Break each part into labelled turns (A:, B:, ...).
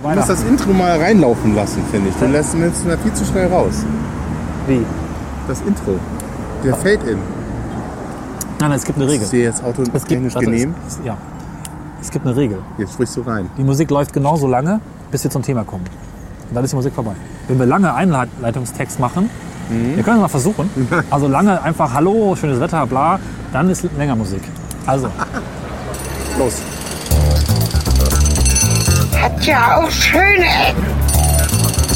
A: Du musst das Intro mal reinlaufen lassen, finde ich. Du lässt es da viel zu schnell raus.
B: Wie?
A: Das Intro. Der
B: Nein,
A: Fade-In.
B: nein, es gibt eine Regel.
A: Ist dir jetzt
B: Es gibt,
A: autotechnisch
B: warte,
A: genehm?
B: Es, es, ja. Es gibt eine Regel.
A: Jetzt sprichst du rein.
B: Die Musik läuft genauso lange, bis wir zum Thema kommen. Und dann ist die Musik vorbei. Wenn wir lange Einleitungstext machen,
A: Mhm.
B: wir können es mal versuchen. Also lange einfach Hallo, schönes Wetter, bla, dann ist länger Musik. Also,
A: Los.
C: Hat ja auch schöne Ecken.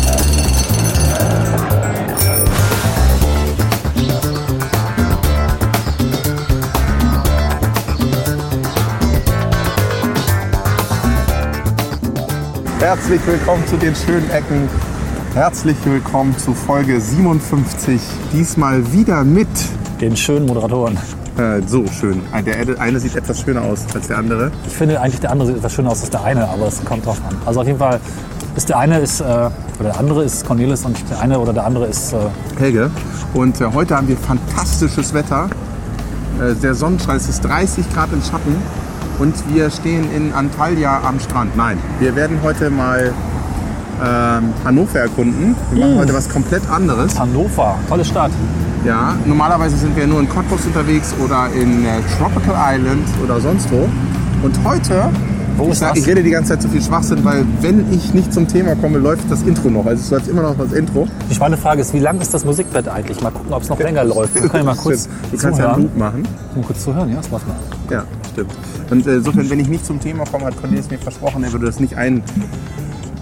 A: Herzlich willkommen zu den schönen Ecken. Herzlich willkommen zu Folge 57. Diesmal wieder mit.
B: den schönen Moderatoren.
A: Äh, so schön. Ein- Der eine sieht etwas schöner aus als der andere.
B: Ich finde eigentlich der andere sieht etwas schöner aus als der eine, aber es kommt drauf an. Also auf jeden Fall ist der eine ist, äh, oder der andere ist Cornelis und der eine oder der andere ist, äh,
A: Helge. Und äh, heute haben wir fantastisches Wetter. Äh, der Sonnenschein, es ist 30 Grad im Schatten. Und wir stehen in Antalya am Strand. Nein, wir werden heute mal ähm, Hannover erkunden. Wir machen heute was komplett anderes.
B: Hannover. Tolle Stadt.
A: Ja, normalerweise sind wir nur in Cottbus unterwegs oder in äh, Tropical Island oder sonst wo. Und heute,
B: Wo
A: ich,
B: ist
A: sag,
B: das?
A: ich rede die ganze Zeit zu viel Schwachsinn, weil wenn ich nicht zum Thema komme, läuft das Intro noch. Also es läuft immer noch das Intro.
B: Die spannende Frage ist, wie lang ist das Musikbett eigentlich? Mal gucken, ob es noch länger läuft. Wir können ja mal kurz
A: Stimmt. Du kannst ja einen
B: zuhören.
A: Loop machen.
B: Mal kurz zuhören, ja? Das macht man.
A: Ja, stimmt. Und äh, insofern, wenn ich nicht zum Thema komme, hat Cornelis mir versprochen, er würde das nicht ein...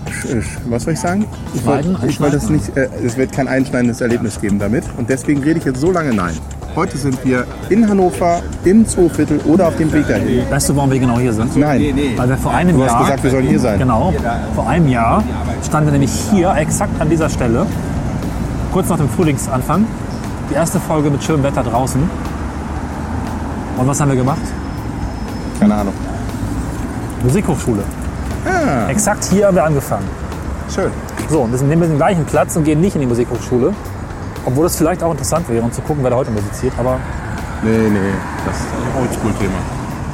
A: sch- sch- Was soll ich sagen? Ich
B: Schneiden?
A: wollte- ich wollte das nicht... Äh, es wird kein einschneidendes Erlebnis geben damit. Und deswegen rede ich jetzt so lange nein. Heute sind wir in Hannover, im Zooviertel oder auf dem Weg dahin.
B: Weißt du, warum wir genau hier sind?
A: Nein.
B: Weil wir vor einem
A: Du
B: Jahr.
A: hast gesagt, wir sollen hier sein.
B: Genau. Vor einem Jahr standen wir nämlich hier, exakt an dieser Stelle, kurz nach dem Frühlingsanfang. Die erste Folge mit schönem Wetter draußen. Und was haben wir gemacht?
A: Keine Ahnung.
B: Musikhochschule.
A: Ah.
B: Exakt hier haben wir angefangen.
A: Schön.
B: So, und deswegen nehmen wir den gleichen Platz und gehen nicht in die Musikhochschule. Obwohl das vielleicht auch interessant wäre, um zu gucken, wer da heute musiziert. Aber
A: Nee, nee, das ist ein Oldschool-Thema.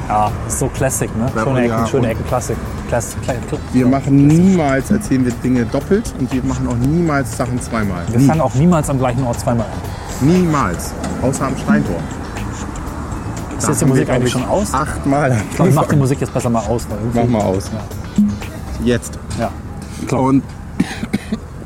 B: ja, Ah, ist so Classic, ne?
A: Ja,
B: Schöne Ecken,
A: ja,
B: schöne
A: und-
B: Ecken, Classic. Class, Cla- Cla-
A: Wir machen niemals, erzählen wir Dinge doppelt und wir machen auch niemals Sachen zweimal.
B: wir fangen auch niemals am gleichen Ort zweimal an.
A: Niemals. Außer am Steintor.
B: Ist jetzt die Musik eigentlich schon aus?
A: Achtmal.
B: Ich glaube, ich mache die Musik jetzt besser mal aus. Weil irgendwie-
A: Ah, Mach mal aus.
B: Ja.
A: Jetzt.
B: ja. Klar.
A: Und.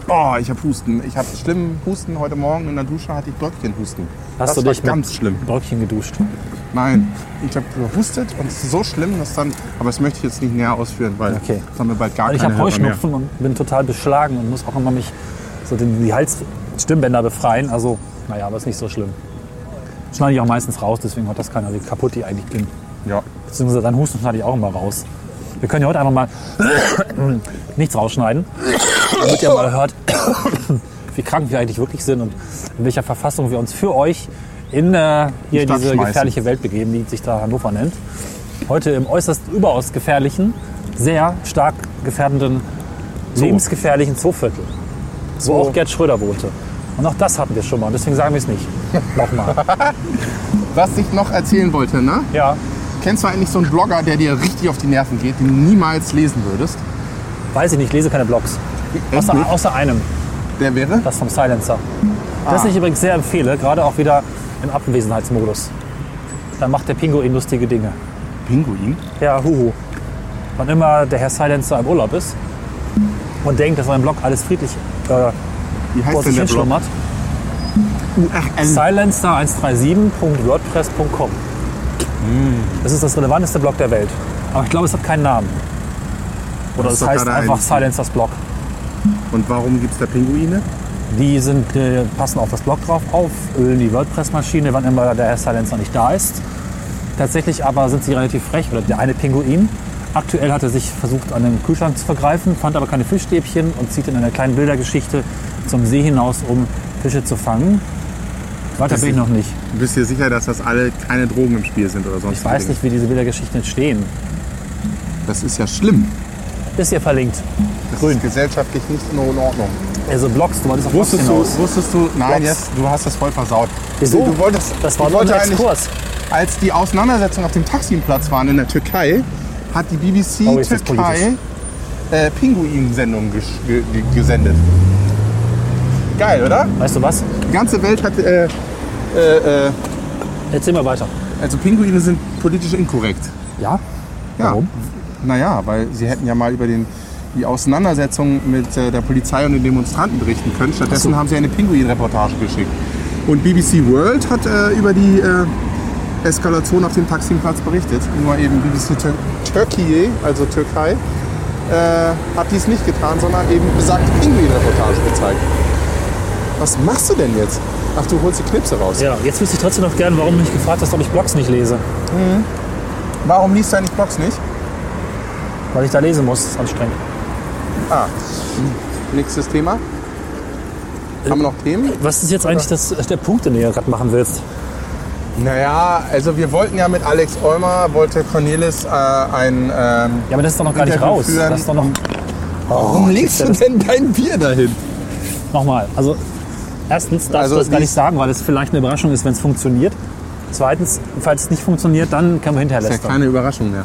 A: Oh, ich habe Husten. Ich habe schlimmen Husten. Heute Morgen in der Dusche hatte ich Glöckchenhusten.
B: Hast
A: das
B: du dich
A: war ganz
B: mit
A: schlimm.
B: Bröckchen geduscht? ne?
A: Nein, ich habe gehustet und es ist so schlimm, dass dann. Aber das möchte ich jetzt nicht näher ausführen, weil
B: Okay.
A: jetzt haben wir bald gar
B: Weil ich
A: keine
B: habe
A: Hörer mehr.
B: Heuschnupfen und bin total beschlagen und muss auch immer mich so den, die Halsstimmbänder befreien. Also, naja, aber ist nicht so schlimm. Schneide ich auch meistens raus, deswegen hat das keiner, wie kaputt die eigentlich bin.
A: Ja.
B: Beziehungsweise deinen Husten schneide ich auch immer raus. Wir können ja heute einfach mal nichts rausschneiden, damit ihr mal hört, wie krank wir eigentlich wirklich sind und in welcher Verfassung wir uns für euch in äh, hier
A: Stadt
B: diese
A: schmeißen.
B: gefährliche Welt begeben, die sich da Hannover nennt. Heute im äußerst überaus gefährlichen, sehr stark gefährdenden, lebensgefährlichen Zooviertel, wo auch Gerd Schröder wohnte. Und auch das hatten wir schon mal, deswegen sagen wir es nicht. Nochmal.
A: Was ich noch erzählen wollte, ne?
B: Ja.
A: Kennst du eigentlich so einen Blogger, der dir richtig auf die Nerven geht, den du niemals lesen würdest?
B: Weiß ich nicht, lese keine Blogs.
A: Echt
B: Außer,
A: nicht?
B: außer einem,
A: Der wäre?
B: das vom Silencer.
A: Mhm. Ah.
B: Das ich übrigens sehr empfehle, gerade auch wieder im Abwesenheitsmodus. Da macht der Pinguin lustige Dinge.
A: Pinguin?
B: Ja, huhu. Wann immer der Herr Silencer im Urlaub ist und denkt, dass sein Blog alles friedlich äh,
A: Wie heißt
B: vor
A: denn
B: sich
A: der Blog?
B: hinschlummert, silencer137.wordpress.com.
A: Mhm.
B: Das ist das relevanteste Blog der Welt. Aber ich glaube, es hat keinen Namen. Oder
A: Das
B: es
A: ist doch
B: heißt
A: gerade
B: einfach
A: ein-
B: Silencers Blog.
A: Und warum gibt es da Pinguine?
B: Die sind, äh, passen auf das Blog drauf auf, ölen die WordPress-Maschine, wann immer der Herr Silencer nicht da ist. Tatsächlich aber sind sie relativ frech, oder der eine Pinguin. Aktuell hat er sich versucht, an einem Kühlschrank zu vergreifen, fand aber keine Fischstäbchen und zieht in einer kleinen Bildergeschichte zum See hinaus, um Fische zu fangen. Weiter bin ich noch nicht.
A: Du bist dir sicher, dass das alle keine Drogen im Spiel sind oder sonst
B: Ich weiß nicht, wie diese Bildergeschichten entstehen.
A: Das ist ja schlimm.
B: Ist hier verlinkt.
A: Das
B: Grün.
A: ist gesellschaftlich nicht in Ordnung.
B: Also Blogs, du wolltest auf Blogs
A: Wusstest du,
B: hinaus.
A: wusstest du, nein,
B: Blogs.
A: jetzt, du hast das voll versaut.
B: Wieso?
A: Du wolltest,
B: Das war
A: ich
B: nur ein
A: wollte eigentlich-
B: Exkurs.
A: Als die Auseinandersetzungen auf dem Taksimplatz waren in der Türkei, hat die BBC
B: Oh, jetzt wird's
A: Türkei äh, Pinguin-Sendung gesch- ge ge gesendet. Geil, oder?
B: Weißt du was?
A: Die ganze Welt hat. Äh, äh, äh,
B: Erzähl mal weiter.
A: also, Pinguine sind politisch inkorrekt.
B: Ja?
A: Ja.
B: Warum?
A: Naja, weil sie hätten ja mal über den, die Auseinandersetzung mit äh, der Polizei und den Demonstranten berichten können. Stattdessen haben sie eine Pinguin-Reportage geschickt. Und BBC World hat äh, über die äh, Eskalation auf dem Taksimplatz berichtet. Nur eben BBC Tür Türkei, also Türkei, äh, hat dies nicht getan, sondern eben besagte Pinguin-Reportage gezeigt. Was machst du denn jetzt? Ach, du holst die Knipse raus.
B: Ja, jetzt wüsste ich trotzdem noch gern, warum du mich gefragt hast, ob ich Blogs nicht lese.
A: Warum liest du eigentlich Blogs nicht?
B: Weil ich da lesen muss, das ist anstrengend.
A: Ah, nächstes Thema. Haben wir noch Themen?
B: Was ist jetzt eigentlich das, der Punkt, den du hier gerade machen willst?
A: Naja, also wir wollten ja mit Alex Olmer, wollte Cornelis äh, ein... Ähm,
B: Ja, aber das ist doch noch gar nicht
A: Interview
B: raus.
A: führen.
B: Das ist doch noch.
A: Warum legst
B: du
A: denn dein Bier dahin?
B: Nochmal. Also, erstens darfst
A: Also
B: du das gar
A: die-
B: nicht sagen, weil es vielleicht eine Überraschung ist, wenn es funktioniert. Zweitens, falls es nicht funktioniert, dann können wir
A: Das
B: hinterher
A: ist ja keine Überraschung mehr.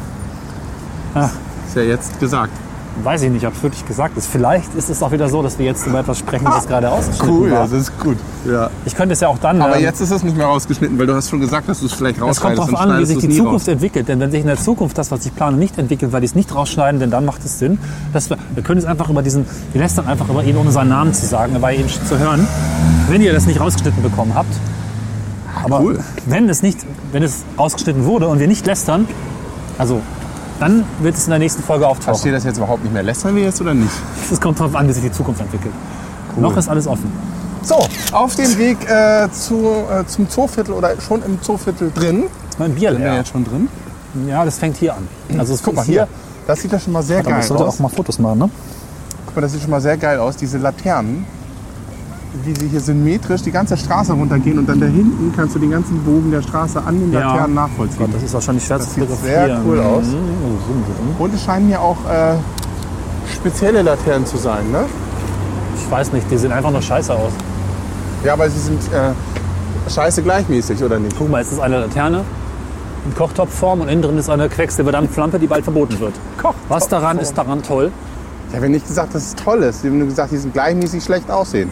B: Ah.
A: Ist ja jetzt gesagt.
B: Weiß ich nicht, ob es wirklich gesagt ist. Vielleicht ist es auch wieder so, dass wir jetzt über etwas sprechen, was gerade ausgeschnitten
A: Ah, Cool,
B: war.
A: das ist gut. Ja.
B: Ich könnte es ja auch dann.
A: Aber
B: ähm,
A: jetzt ist es nicht mehr rausgeschnitten, weil du hast schon gesagt, dass du es vielleicht
B: es kommt
A: rausschneidest
B: darauf
A: und
B: an, wie
A: schneidest
B: sich
A: du es
B: die
A: nie
B: Zukunft
A: raus.
B: entwickelt. Denn wenn sich in der Zukunft das, was ich plane, nicht entwickelt, weil die es nicht rausschneiden, denn dann macht es Sinn, dass wir, wir können es einfach über diesen, wir lästern einfach über ihn, ohne seinen Namen zu sagen, aber ihn zu hören, wenn ihr das nicht rausgeschnitten bekommen habt. Aber
A: Cool.
B: wenn es nicht, wenn es rausgeschnitten wurde und wir nicht lästern, also dann wird es in der nächsten Folge auftauchen.
A: Verstehe das jetzt überhaupt nicht mehr. Lästern wir jetzt oder nicht?
B: Es kommt darauf an, wie sich die Zukunft entwickelt. Noch ist alles offen.
A: So, auf dem Weg äh, zu, äh, zum Zooviertel oder schon im Zooviertel drin.
B: Mein Bier
A: Sind wir
B: leer.
A: jetzt schon drin?
B: Ja, das fängt hier an. Also es
A: Guck mal
B: ist
A: hier. Das sieht ja schon mal sehr
B: Da
A: geil
B: musst du auch
A: aus.
B: mal Fotos machen, ne?
A: Guck mal, das sieht schon mal sehr geil aus, diese Laternen, wie sie hier symmetrisch die ganze Straße runtergehen und dann da hinten kannst du den ganzen Bogen der Straße an den
B: Ja.
A: Laternen nachvollziehen.
B: Das ist wahrscheinlich schwer zu
A: sieht
B: fotografieren.
A: sehr cool aus.
B: Mhm.
A: Und es scheinen hier auch äh, spezielle Laternen zu sein, ne?
B: Ich weiß nicht, die sehen einfach nur scheiße aus.
A: Ja, aber sie sind äh, scheiße gleichmäßig, oder nicht?
B: Guck mal, es ist eine Laterne in Kochtopfform und innen drin ist eine Quecksilberdampflampe, die bald verboten wird. Was daran ist daran toll?
A: Oh, Ich habe ja nicht gesagt, dass es toll ist. Ich habe nur gesagt, die sind gleichmäßig schlecht aussehen.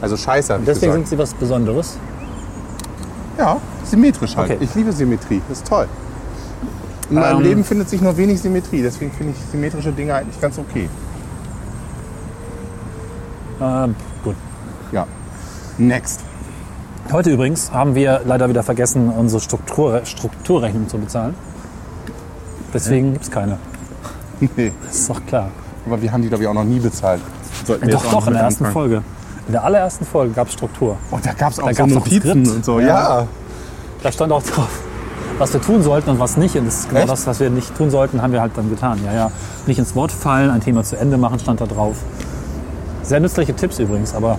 A: Also scheiße, habe ich
B: Deswegen sind
A: gesagt.
B: sie was Besonderes.
A: Ja, symmetrisch halt.
B: Okay.
A: Ich liebe Symmetrie, das ist toll. In meinem
B: Ähm.
A: Leben findet sich nur wenig Symmetrie, deswegen finde ich symmetrische Dinge eigentlich ganz okay.
B: Ähm, gut.
A: Ja. Next.
B: Heute übrigens haben wir leider wieder vergessen, unsere Struktur, Strukturrechnung zu bezahlen. Deswegen gibt es keine.
A: nee,
B: Das ist doch klar.
A: aber wir haben die, glaube ich, auch noch nie bezahlt. Sollten wir
B: doch,
A: jetzt auch
B: doch, in
A: nicht
B: der ersten
A: anfangen.
B: Folge. In der allerersten Folge gab es Struktur.
A: Und da gab es auch
B: Da gab's
A: so
B: auch ein
A: Notizen
B: Skript.
A: und so.
B: Ja.
A: Ja.
B: Da stand auch drauf, was wir tun sollten und was nicht. Und das ist genau
A: Echt?
B: das, was wir nicht tun sollten, haben wir halt dann getan. Ja, ja. Nicht ins Wort fallen, ein Thema zu Ende machen, stand da drauf. Sehr nützliche Tipps übrigens, aber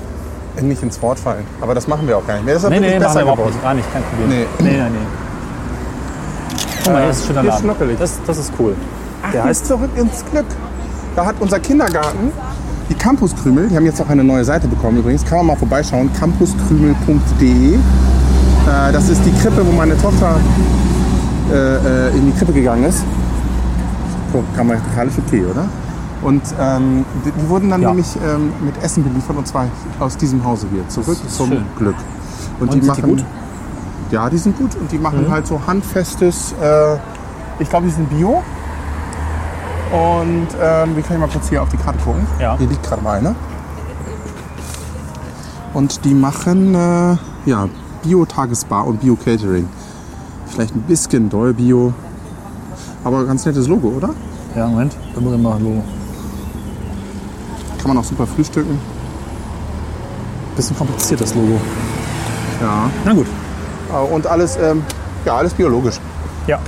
A: Nicht ins Wort fallen. Aber das machen wir auch gar nicht mehr. Das ist
B: nee,
A: nee,
B: nee, machen
A: besser
B: wir überhaupt
A: geworden.
B: nicht. Gar nicht, kein Problem.
A: Nee.
B: nee, nee. nee. Guck mal, hier
A: Äh,
B: ist ein schöner
A: hier ist
B: Laden.
A: schnuckelig.
B: Das, das ist cool.
A: Der heißt zurück ins Glück. Da hat unser Kindergarten die Campuskrümel, die haben jetzt auch eine neue Seite bekommen übrigens, kann man mal vorbeischauen, campuskrümel.de. Äh, Das ist die Krippe, wo meine Tochter äh, äh, in die Krippe gegangen ist. So, Grammatikalisch okay, oder? Und ähm, die, die wurden dann
B: Ja.
A: nämlich ähm, mit Essen beliefert und zwar aus diesem Hause hier, zurück
B: ist
A: zum
B: schön.
A: Glück. Und,
B: sind die gut? Mhm.
A: Ja, die sind gut und die machen halt so handfestes, äh, ich glaube, die sind Bio. Und ähm, wir können mal kurz hier auf die Karte gucken.
B: Ja.
A: Hier liegt gerade mal eine. Und die machen äh, ja, Bio-Tagesbar und Bio-Catering. Vielleicht ein bisschen doll Bio. Aber ganz nettes Logo, oder?
B: Ja, Moment. Da muss ich mal so.
A: Kann man auch super frühstücken.
B: Bisschen kompliziert, das Logo.
A: Ja.
B: Na gut.
A: Äh, Und alles, ähm, ja, alles biologisch.
B: Ja.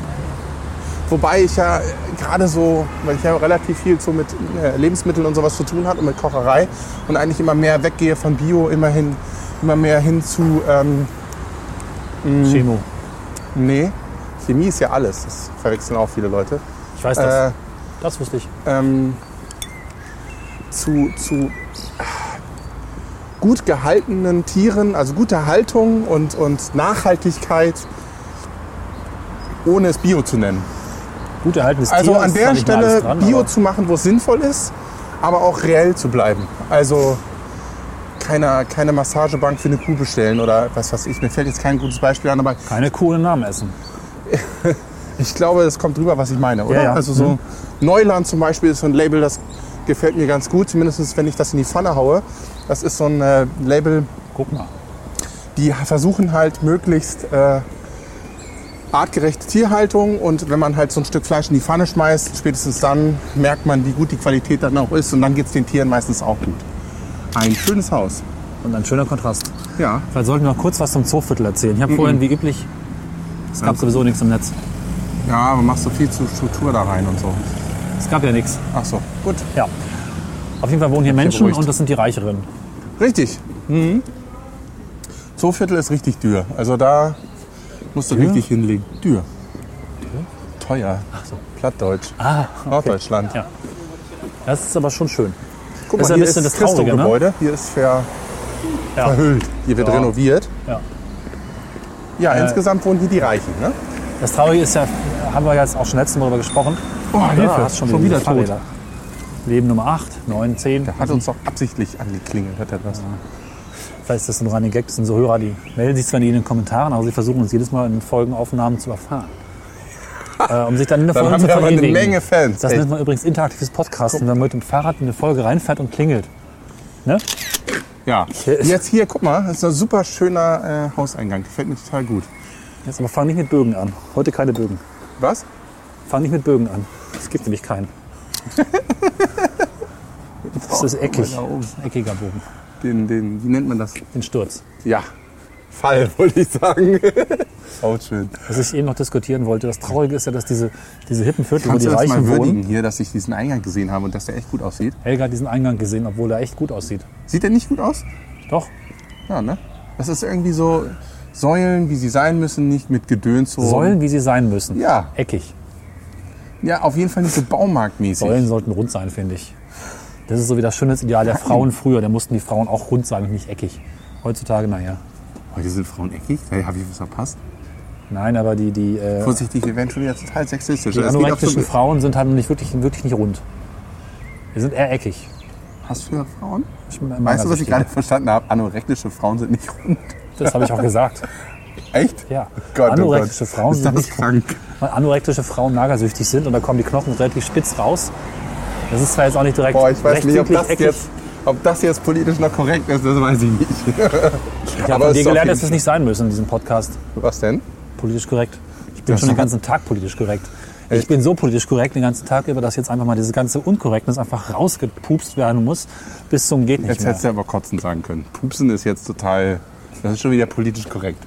A: Wobei ich ja äh, gerade so, weil ich ja relativ viel so mit äh, Lebensmitteln und sowas zu tun hat und mit Kocherei und eigentlich immer mehr weggehe von Bio, immerhin immer mehr hin zu, ähm, Mhm.
B: Chemo.
A: nee, Chemie ist ja alles, das verwechseln auch viele Leute,
B: Ich weiß das.
A: äh,
B: das wusste ich.
A: ähm, zu, zu gut gehaltenen Tieren, also gute Haltung und, und Nachhaltigkeit, ohne es Bio zu nennen.
B: gut erhaltenes
A: Also
B: Tier.
A: an
B: ist
A: der
B: zwar nicht mehr
A: Stelle
B: alles dran,
A: Bio
B: aber-
A: zu machen, wo es sinnvoll ist, aber auch reell zu bleiben. Also keine, keine Massagebank für eine Kuh bestellen oder was weiß ich. Mir fällt jetzt kein gutes Beispiel an, aber
B: Keine coolen Namen essen.
A: ich glaube, es kommt drüber, was ich meine, oder?
B: Ja, Mhm. ja.
A: Also so Neuland zum Beispiel ist so ein Label, das gefällt mir ganz gut, zumindest wenn ich das in die Pfanne haue. Das ist so ein äh, Label,
B: Guck mal.
A: die versuchen halt möglichst äh, artgerechte Tierhaltung und wenn man halt so ein Stück Fleisch in die Pfanne schmeißt, spätestens dann merkt man, wie gut die Qualität dann auch ist und dann geht es den Tieren meistens auch gut. Ein schönes Haus.
B: Und ein schöner Kontrast.
A: Ja.
B: Vielleicht sollten wir noch kurz was zum Zooviertel erzählen. Ich habe vorhin, wie üblich, es gab sowieso nichts im Netz.
A: Ja, man macht so viel zur Struktur da rein und so.
B: Es gab ja nichts.
A: Ach so, gut.
B: Ja. Auf jeden Fall wohnen hier Menschen
A: beruhigt.
B: und das sind die Reicheren.
A: Richtig. Mhm. Zooviertel ist richtig dür. Also da musst du richtig hinlegen. Dür. Teuer. Ach
B: so.
A: Plattdeutsch.
B: Ah,
A: Norddeutschland.
B: Ja. Das ist aber schon schön.
A: Guck
B: Ist ein bisschen das Traurige, ne?
A: Christo-Gebäude. Hier ist ver
B: Ja.
A: verhüllt. Hier wird
B: Ja.
A: renoviert.
B: Ja. Äh.
A: Ja, insgesamt wohnen hier die Reichen. Ne?
B: Das Traurige ist ja, haben wir jetzt auch schon letztes Mal darüber gesprochen.
A: Oh,
B: Ja, hast schon, wieder Fahrräder. Leben Nummer 8, 9, 10.
A: Hat uns doch absichtlich angeklingelt, hat er das.
B: Vielleicht ist das ein Running Gag, das sind so Hörer, die melden sich zwar nie in den Kommentaren, aber sie versuchen uns jedes Mal in den Folgenaufnahmen zu erfahren. Äh, um sich dann in der
A: Dann
B: Folge
A: haben
B: zu
A: wir aber eine
B: verewigen.
A: Menge Fans,
B: Das
A: echt.
B: nennt man übrigens interaktives Podcasten, wenn man mit dem Fahrrad in eine Folge reinfährt und klingelt. Ne?
A: Ja.
B: Hier ist-
A: Jetzt hier, guck mal, das ist ein super schöner äh, Hauseingang. Gefällt mir total gut.
B: Jetzt aber fang nicht mit Bögen an. Heute keine Bögen.
A: Was?
B: Fang nicht mit Bögen an. Es gibt nämlich keinen. Das ist eckig.
A: da oben.
B: Eckiger Bogen.
A: Den, den, wie nennt man das?
B: Den Sturz.
A: Ja. Fall, wollte ich sagen. Auch schön.
B: Was ich eben noch diskutieren wollte, das Traurige ist ja, dass diese, diese hippen Viertel, wo
A: Kannst
B: die
A: du das mal
B: Reichen
A: würdigen
B: wohnen,
A: hier, dass ich diesen Eingang gesehen habe und dass der echt gut aussieht?
B: Helga hat diesen Eingang gesehen, obwohl er echt gut aussieht.
A: Sieht der nicht gut aus?
B: Doch,
A: Ja, ne? Das ist irgendwie so Säulen, wie sie sein müssen, nicht mit Gedöns. so-
B: Säulen, wie sie sein müssen.
A: Ja.
B: Eckig.
A: Ja, auf jeden Fall nicht so baumarktmäßig.
B: Säulen sollten rund sein, finde ich. Das ist so wie das schöne Ideal der Frauen früher. Da mussten die Frauen auch rund sein und nicht eckig. Heutzutage, naja.
A: Heute Oh, sind Frauen eckig. Da habe ich was verpasst.
B: Nein, aber die, die, äh,
A: Vorsichtig, wir werden schon wieder total sexistisch.
B: die
A: Das geht auf
B: anorektischen
A: so
B: Frauen sind halt nicht wirklich, wirklich nicht rund. Die sind eher eckig.
A: Hast du für Frauen?
B: also Ich mag
A: Weißt du,
B: das
A: was ich
B: nicht.
A: gerade verstanden habe? Anorektische Frauen sind nicht rund.
B: Das habe ich auch gesagt.
A: Echt?
B: Ja.
A: Gott,
B: Anorektische
A: oh Gott.
B: Frauen
A: ist
B: sind
A: das
B: nicht
A: krank.
B: Weil anorektische Frauen magersüchtig sind und da kommen die Knochen relativ spitz raus. Das ist zwar jetzt auch nicht direkt
A: Boah, ich weiß nicht, ob
B: rechtwinklig
A: das, jetzt, ob das jetzt politisch noch korrekt ist, das weiß ich nicht.
B: Ich habe
A: aber
B: von
A: es
B: dir
A: ist auf
B: gelernt,
A: jeden
B: dass wir es nicht sein müssen in diesem Podcast.
A: Was denn?
B: Politisch korrekt. Ich bin
A: Das
B: schon den
A: hat-
B: ganzen Tag politisch korrekt. Ich bin so politisch korrekt den ganzen Tag über, dass jetzt einfach mal diese ganze Unkorrektness einfach rausgepupst werden muss, bis zum geht nicht
A: Jetzt hättest
B: mehr.
A: du aber kotzen sagen können. Pupsen ist jetzt total. Das ist schon wieder politisch korrekt.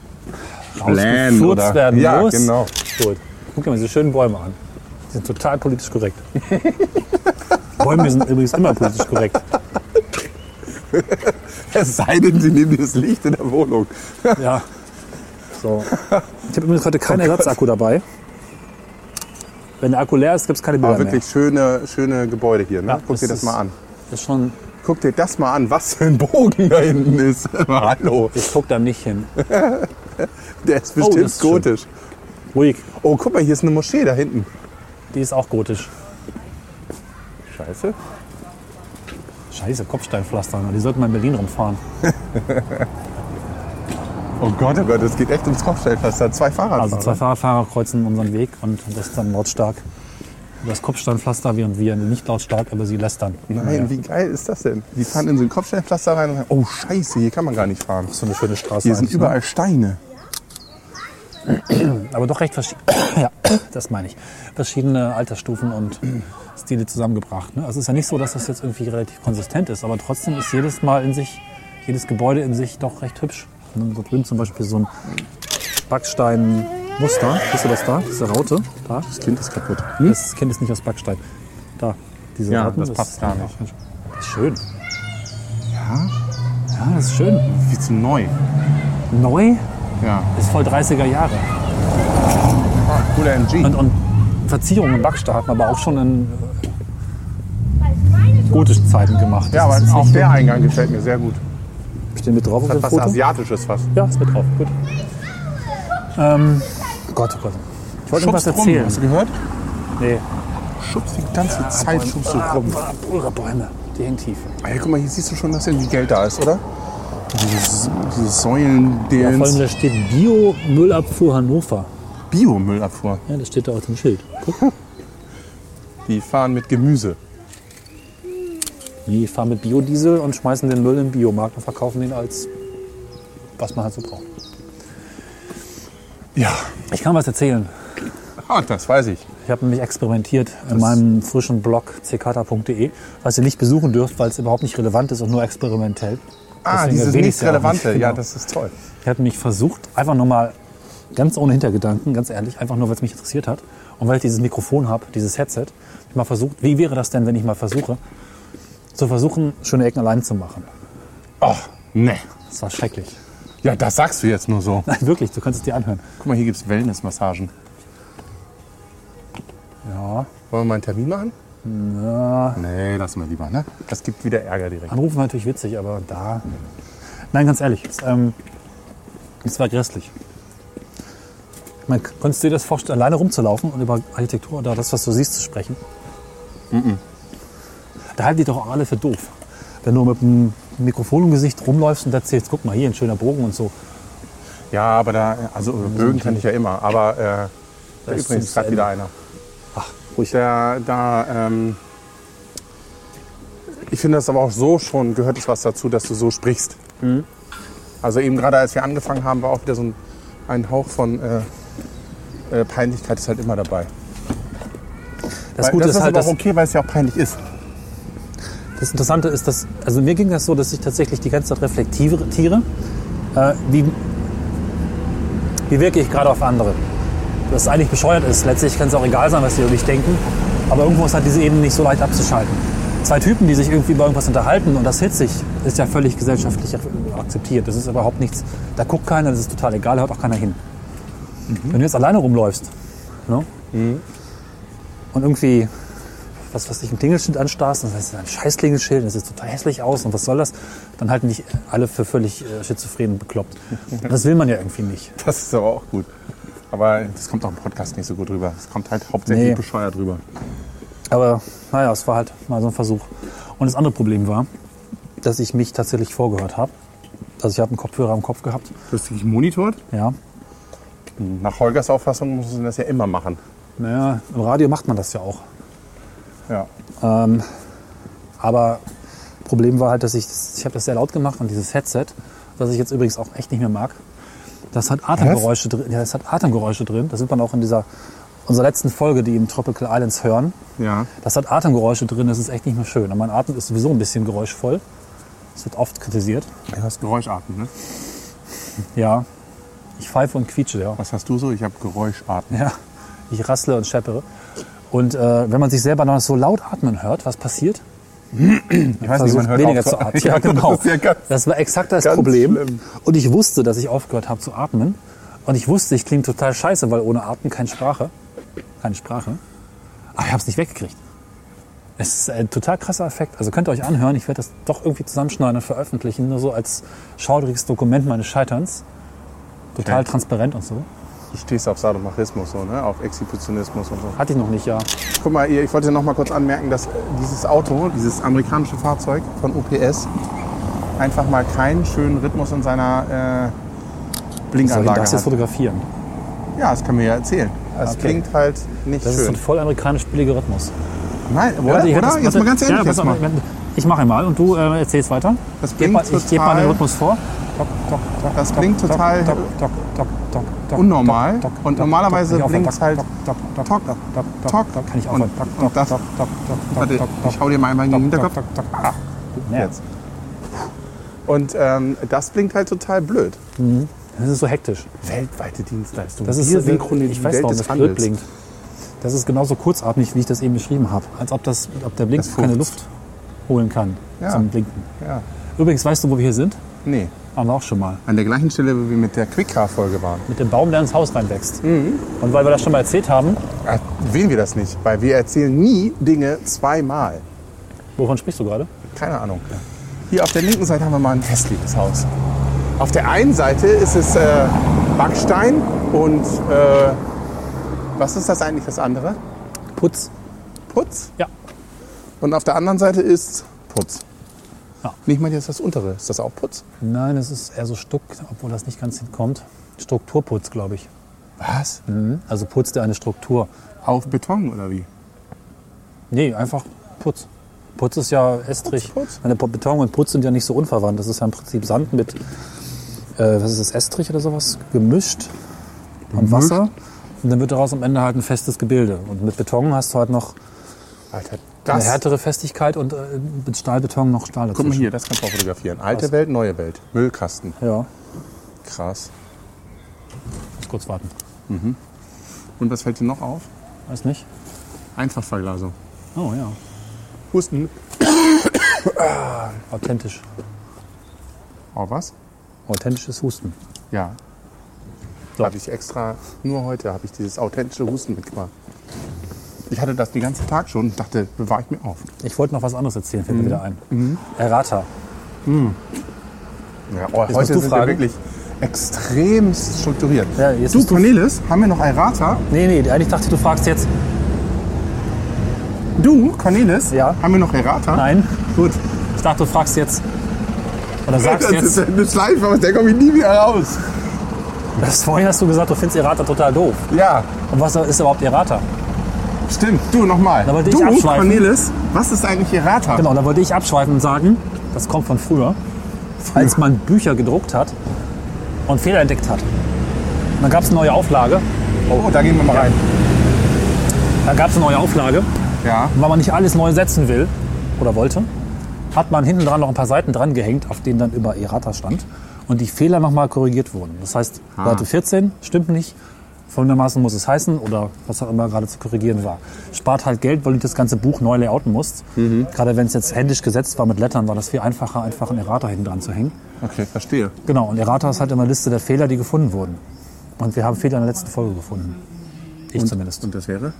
A: Blähen,
B: Rausgefurzt
A: oder?
B: werden
A: Ja,
B: muss.
A: genau.
B: Gut. Guck dir mal diese schönen Bäume an. Die sind total politisch korrekt. Bäume sind übrigens immer politisch korrekt.
A: Es sei denn, sie nehmen dir das Licht in der Wohnung.
B: Ja. So. Ich habe übrigens heute
A: Oh
B: keinen Ersatzakku dabei. Wenn der Akku leer ist, gibt es keine Bilder
A: Aber wirklich schöne, schöne Gebäude hier. Ne?
B: Ja,
A: Guck dir
B: das
A: das
B: ist-
A: mal an.
B: mehr. Das ist schon,
A: Guck dir das mal an, was für ein Bogen da hinten ist. Hallo,
B: ich guck da nicht hin.
A: der Oh, ist
B: das
A: bestimmt
B: ist schön.
A: gotisch.
B: Ruhig,
A: Oh, guck mal, hier ist eine Moschee da hinten.
B: die ist auch gotisch.
A: Scheiße.
B: Scheiße, Kopfsteinpflaster, die sollten mal in Berlin rumfahren.
A: Oh Gott, oh Gott, es geht echt ums Kopfsteinpflaster. Zwei Fahrradfahrer.
B: Also zwei Fahrradfahrer kreuzen unseren Weg und das ist dann lautstark. Das Kopfsteinpflaster, während wir nicht lautstark, aber sie lästern.
A: Nein, wie geil ist das denn? Die fahren in so ein Kopfsteinpflaster rein und sagen, oh Scheiße, hier kann man gar nicht fahren.
B: So eine schöne Straße.
A: Hier sind
B: eigentlich, ne?
A: überall Steine.
B: Aber doch recht verschieden. ja, das meine ich. Verschiedene Altersstufen und Stile zusammengebracht. Ne? Also es ist ja nicht so, dass das jetzt irgendwie relativ konsistent ist, aber trotzdem ist jedes Mal in sich, jedes Gebäude in sich doch recht hübsch. Und da drüben zum Beispiel so ein Backsteinmuster. Siehst du das da? Diese Raute? Da?
A: Das Kind ist kaputt.
B: Das Kind ist nicht aus Backstein. Da, diese
A: Hm? Ja,
B: Rauten,
A: das passt gar nicht.
B: Das ist schön. Ja? Ja, das ist schön.
A: Wie zu neu.
B: Neu
A: Ja.
B: ist voll 30er Jahre.
A: Ah, cooler MG.
B: Und, und Verzierungen im Backstein hat man aber auch schon in äh, gotischen Zeiten gemacht. Das
A: Ja, aber
B: ist jetzt
A: auch
B: nicht-
A: der Eingang gefällt mir sehr gut.
B: Steht mit drauf auf dem
A: Was
B: Foto?
A: Asiatisches fast.
B: Ja, ist mit drauf. Gut. Ähm, Gott, oh Gott. Ich wollte irgendwas
A: Schubs drum,
B: erzählen.
A: Hast du gehört?
B: Nee,
A: Schubst die ganze Zeit schubst du rum.
B: Ah, Bäume, Bäume, die hängen tief.
A: Ey, guck mal, hier siehst du schon, dass irgendwie Geld da ist, oder? Diese, diese säulen
B: Ja, ne- vor allem,
A: deren
B: da steht Bio-Müllabfuhr Hannover.
A: Biomüllabfuhr.
B: Ja, das steht da auf dem Schild. Guck,
A: Die fahren mit Gemüse.
B: die fahren mit Biodiesel und schmeißen den Müll im Biomarkt und verkaufen den als, was man halt so braucht.
A: Ja,
B: Ich kann was erzählen.
A: ah, das weiß ich.
B: Ich habe nämlich experimentiert in meinem frischen Blog ckata.de, was ihr nicht besuchen dürft, weil es überhaupt nicht relevant ist und nur experimentell.
A: Ah,
B: Deswegen
A: dieses
B: erwähne
A: nichts
B: ich's ja auch
A: Relevante.
B: nicht,
A: Ja,
B: genau.
A: das ist toll.
B: Ich habe nämlich versucht, einfach nur mal ganz ohne Hintergedanken, ganz ehrlich, einfach nur, weil es mich interessiert hat und weil ich dieses Mikrofon habe, dieses Headset, hab ich mal versucht, wie wäre das denn, wenn ich mal versuche, zu versuchen, schöne Ecken allein zu machen.
A: Ach, ne.
B: Das war schrecklich.
A: Ja, das sagst du jetzt nur so.
B: Nein, wirklich, du kannst es dir anhören.
A: Guck mal, hier gibt's Wellnessmassagen.
B: Ja.
A: Wollen wir mal einen Termin machen? Na. Nee, lassen wir lieber, ne? Das gibt wieder Ärger direkt.
B: Anrufen war natürlich witzig, aber da. Nein, ganz ehrlich, es, ähm, es war grässlich. Man konntest du dir das vorstellen, alleine rumzulaufen und über Architektur oder das, was du siehst, zu sprechen?
A: Mhm.
B: Da halten die doch auch alle für doof. Wenn du mit einem Mikrofon im Gesicht rumläufst und erzählst, guck mal, hier ein schöner Bogen und so.
A: Ja, aber da, also über Bögen kann ich ja immer, aber äh, da
B: ist
A: ist übrigens
B: zum
A: gerade
B: Ende.
A: wieder einer.
B: Ach, ruhig.
A: Der, da, ähm, ich finde das aber auch so schon, gehört es was dazu, dass du so sprichst. Also eben gerade als wir angefangen haben, war auch wieder so ein, ein Hauch von äh, äh, Peinlichkeit ist halt immer dabei.
B: Das
A: Weil-
B: Gute
A: das
B: ist halt,
A: aber
B: dass,
A: auch okay, weil es ja auch peinlich ist.
B: Das Interessante ist, dass, also mir ging das so, dass ich tatsächlich die ganze Zeit reflektiere, äh, wie, wie wirke ich gerade auf andere. Das eigentlich bescheuert ist. Letztlich kann es auch egal sein, was die über mich denken, aber irgendwo ist halt diese Ebene nicht so leicht abzuschalten. Zwei Typen, die sich irgendwie über irgendwas unterhalten und das hitzig, ist ja völlig gesellschaftlich akzeptiert. Das ist überhaupt nichts, da guckt keiner, das ist total egal, da hört auch keiner hin. Wenn du jetzt alleine rumläufst ne? und irgendwie was, was dich ein Klingelschild anstarrst und das ist ein scheiß Klingelschild, das sieht total hässlich aus und was soll das, dann halten dich alle für völlig äh, schizophren und bekloppt. Und das will man ja irgendwie nicht.
A: Das ist aber auch gut. Aber das kommt auch im Podcast nicht so gut rüber. Es kommt halt hauptsächlich
B: Nee.
A: bescheuert rüber.
B: Aber naja, es war halt mal so ein Versuch. Und das andere Problem war, dass ich mich tatsächlich vorgehört habe. Also ich habe einen Kopfhörer am Kopf gehabt.
A: Du hast dich monitort?
B: Ja.
A: Nach Holgers Auffassung muss man das ja immer machen.
B: Naja, im Radio macht man das ja auch.
A: Ja.
B: Aber Problem war halt, dass ich, das- ich habe das sehr laut gemacht und dieses Headset, was ich jetzt übrigens auch echt nicht mehr mag, das hat Atemgeräusche drin. Ja, das hat Atemgeräusche drin. Das sieht man auch in dieser unserer letzten Folge, die im Tropical Islands hören.
A: Ja.
B: Das hat Atemgeräusche drin. Das ist echt nicht mehr schön. Und mein Atem ist sowieso ein bisschen geräuschvoll. Das wird oft kritisiert.
A: Du hast Geräuscharten, ne?
B: Ja, ich pfeife und quietsche. Ja.
A: Was hast du so? Ich habe Geräuscharten.
B: Ja, ich rassle und scheppere. Und äh, wenn man sich selber noch so laut atmen hört, was passiert?
A: Ich weiß
B: versucht, weniger
A: auf
B: zu atmen.
A: Ja,
B: Ja, genau.
A: Das ist ja ganz
B: Das war exakt das
A: ganz
B: Problem.
A: schlimm.
B: Und ich wusste, dass ich aufgehört habe zu atmen. Und ich wusste, ich klinge total scheiße, weil ohne Atmen keine Sprache. Keine Sprache. Aber ich habe es nicht weggekriegt. Es ist ein total krasser Effekt. Also könnt ihr euch anhören. Ich werde das doch irgendwie zusammenschneiden und veröffentlichen. Nur so als schaudriges Dokument meines Scheiterns. Total
A: Okay.
B: transparent und so.
A: du stehst auf Sadomachismus, so, ne? auf Exhibitionismus und so.
B: Hatte ich noch nicht, ja.
A: Guck mal, ihr, ich wollte noch mal kurz anmerken, dass äh, dieses Auto, dieses amerikanische Fahrzeug von UPS, einfach mal keinen schönen Rhythmus in seiner äh,
B: Soll ich
A: Blinkanlage
B: das jetzt
A: hat.
B: fotografieren?
A: Ja, das können wir ja erzählen. Es
B: Okay.
A: klingt halt nicht
B: Das ist
A: schön.
B: ein voll amerikanisch billiger Rhythmus.
A: Nein, oder?
B: Also ich hätte
A: oder?
B: das-
A: Jetzt mal ganz ehrlich,
B: Ja, pass
A: jetzt
B: auf,
A: mal.
B: Ich mache mal und du äh, erzählst weiter.
A: Das
B: Ich geb mal, ich gebe mal
A: total-
B: den Rhythmus vor.
A: Das klingt total unnormal. Und normalerweise blinkt's halt Tock, Tock.
B: Kann ich
A: und,
B: aufhören.
A: und das, warte, ich hau dir mal einmal in den Hinterkopf. Ah,
B: Ja.
A: jetzt. Und ähm, das blinkt halt total blöd.
B: Das ist so hektisch.
A: Weltweite Dienstleistung.
B: Das ist
A: Wir
B: so-
A: synchronisieren
B: Ich
A: die
B: weiß
A: Welt
B: doch,
A: des
B: das blöd
A: Handels.
B: blinkt. Das ist genauso kurzatmig, wie ich das eben beschrieben habe. Als ob, das, ob der Blink
A: Das
B: keine
A: furzt.
B: Luft holen kann
A: Ja.
B: zum Blinken.
A: Ja.
B: Übrigens, weißt du, wo wir hier sind?
A: Nee,
B: Haben wir auch schon mal.
A: an der gleichen Stelle, wie wir mit der Quickcar-Folge waren.
B: Mit dem Baum, der ins Haus reinwächst. Und weil wir das schon mal erzählt haben,
A: Wählen Äh, wir das nicht, weil wir erzählen nie Dinge zweimal.
B: wovon sprichst du gerade?
A: Keine Ahnung. Hier auf der linken Seite haben wir mal ein hässliches Haus. Auf der einen Seite ist es äh, Backstein und äh, was ist das eigentlich das andere?
B: Putz.
A: Putz.
B: Ja.
A: Und auf der anderen Seite ist Putz.
B: Ja.
A: Nee, ich meine jetzt das untere. Ist das auch Putz?
B: Nein, es ist eher so Stuck, obwohl das nicht ganz hinkommt. Strukturputz, glaube ich.
A: Was?
B: Also Putz, der eine Struktur.
A: Auf Beton oder wie?
B: Nee, einfach Putz. Putz ist ja Estrich.
A: Putz, Putz.
B: Meine Beton und Putz sind ja nicht so unverwandt. Das ist ja im Prinzip Sand mit, äh, was ist das, Estrich oder sowas, gemischt und Wasser. Und dann wird daraus am Ende halt ein festes Gebilde. Und mit Beton hast du halt noch
A: Alter,
B: eine
A: das.
B: härtere Festigkeit und äh, mit Stahlbeton noch Stahl
A: Guck
B: dazwischen.
A: mal hier, das kannst du auch fotografieren. Alte Welt, neue Welt. Müllkasten.
B: Ja,
A: Krass.
B: muss kurz warten.
A: Und was fällt dir noch auf?
B: Weiß nicht.
A: Einfachverglasung.
B: Oh ja,
A: Husten.
B: authentisch.
A: Oh, was?
B: Authentisches Husten.
A: Ja.
B: So.
A: Habe ich extra, nur heute habe ich dieses authentische Husten mitgebracht. Ich hatte das den ganzen Tag schon und dachte, bewahre ich mir auf.
B: Ich wollte noch was anderes erzählen, fällt mir wieder ein. Errata.
A: Ja, oh,
B: musst
A: heute
B: du
A: sind
B: fragen.
A: wir wirklich extrem strukturiert.
B: Ja, jetzt
A: du,
B: musst du-
A: Cornelis, haben wir noch Errata?
B: Nee, nee, eigentlich dachte ich, du fragst jetzt.
A: Du, Cornelis,
B: Ja.
A: haben wir noch Errata?
B: Nein,
A: Gut.
B: ich dachte, du fragst jetzt. Oder sagst
A: das ist
B: jetzt.
A: eine Schleife, aus der komme ich nie wieder raus.
B: Das vorhin hast du gesagt, du findest Errata total doof.
A: Ja,
B: Und was ist überhaupt Errata?
A: stimmt. Du, nochmal.
B: Da wollte ich
A: Du,
B: abschweifen.
A: Cornelis, was ist eigentlich Errata?
B: Genau, da wollte ich abschweifen und sagen, das kommt von früher, als man Bücher gedruckt hat und Fehler entdeckt hat. Und dann gab es eine neue Auflage.
A: Oh, da gehen wir mal rein.
B: Da gab es eine neue Auflage.
A: Ja.
B: Und weil man nicht alles neu setzen will oder wollte, hat man hinten dran noch ein paar Seiten dran gehängt, auf denen dann über Errata stand und die Fehler nochmal korrigiert wurden. Das heißt,
A: Ah.
B: Seite 14 stimmt nicht, folgendermaßen muss es heißen oder was auch immer gerade zu korrigieren war. Spart halt Geld, weil du nicht das ganze Buch neu layouten musst.
A: Mhm.
B: Gerade wenn es jetzt händisch gesetzt war mit Lettern, war das viel einfacher, einfach ein Errata hinten dran zu hängen.
A: Okay, verstehe.
B: Genau, und Errata ist halt immer eine Liste der Fehler, die gefunden wurden. Und wir haben Fehler in der letzten Folge gefunden. Ich zumindest.
A: Und das wäre?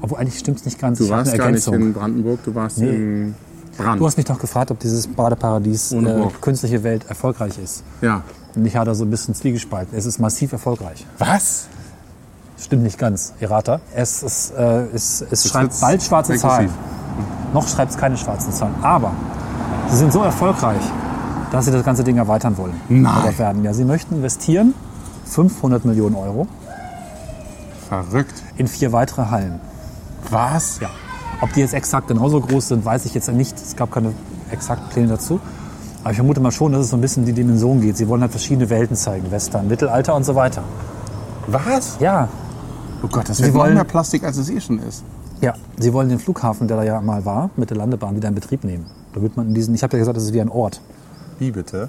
B: Obwohl eigentlich stimmt es nicht ganz.
A: Du
B: ich hab
A: warst
B: eine
A: gar nicht
B: Ergänzung.
A: in Brandenburg, du warst in Brand.
B: Du hast mich doch gefragt, ob dieses Badeparadies
A: Ohne
B: äh,
A: Burg.
B: künstliche Welt erfolgreich ist.
A: ja.
B: Und ich hatte so ein bisschen zwiegespalten. Es ist massiv erfolgreich.
A: Was?
B: Stimmt nicht ganz, Errata. Es, ist, äh, es, es schreibt
A: wird's
B: bald schwarze
A: aggressiv.
B: Zahlen. Noch schreibt es keine schwarzen Zahlen. Aber sie sind so erfolgreich, dass sie das ganze Ding erweitern wollen.
A: Nein.
B: Oder werden. Ja, sie möchten investieren 500 Millionen Euro
A: Verrückt.
B: in vier weitere Hallen.
A: Was?
B: Ja. Ob die jetzt exakt genauso groß sind, weiß ich jetzt nicht. Es gab keine exakten Pläne dazu. Aber ich vermute mal schon, dass es so ein bisschen in die Dimension geht. Sie wollen halt verschiedene Welten zeigen. Western, Mittelalter und so weiter.
A: Was?
B: Ja.
A: Oh Gott, das
B: Sie
A: wird noch
B: wollen-
A: mehr Plastik, als es eh schon ist.
B: Ja. Sie wollen den Flughafen, der da ja mal war, mit der Landebahn wieder in Betrieb nehmen. Damit man in diesen, ich habe ja gesagt, das ist wie ein Ort.
A: Wie bitte?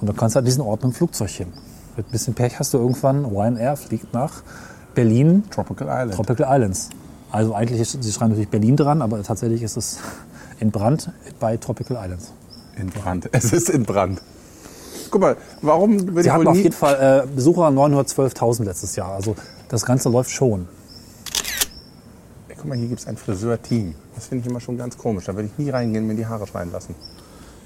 B: Und dann kannst du an diesen Ort mit dem Flugzeug hin. Mit ein bisschen Pech hast du irgendwann, Ryanair fliegt nach Berlin,
A: Tropical Island.
B: Tropical Islands. Also eigentlich, ist- sie schreiben natürlich Berlin dran, aber tatsächlich ist es in Brand bei Tropical Islands.
A: in Brand. Es ist in Brand. Guck mal, warum wird
B: Sie hatten
A: wohl
B: auf
A: nie...
B: jeden Fall äh, Besucher 912.000 letztes Jahr. Also das Ganze läuft schon.
A: Ey, Guck mal, hier gibt es ein Friseur-Team. Das finde ich immer schon ganz komisch. Da würde ich nie reingehen, mir die Haare schneiden lassen.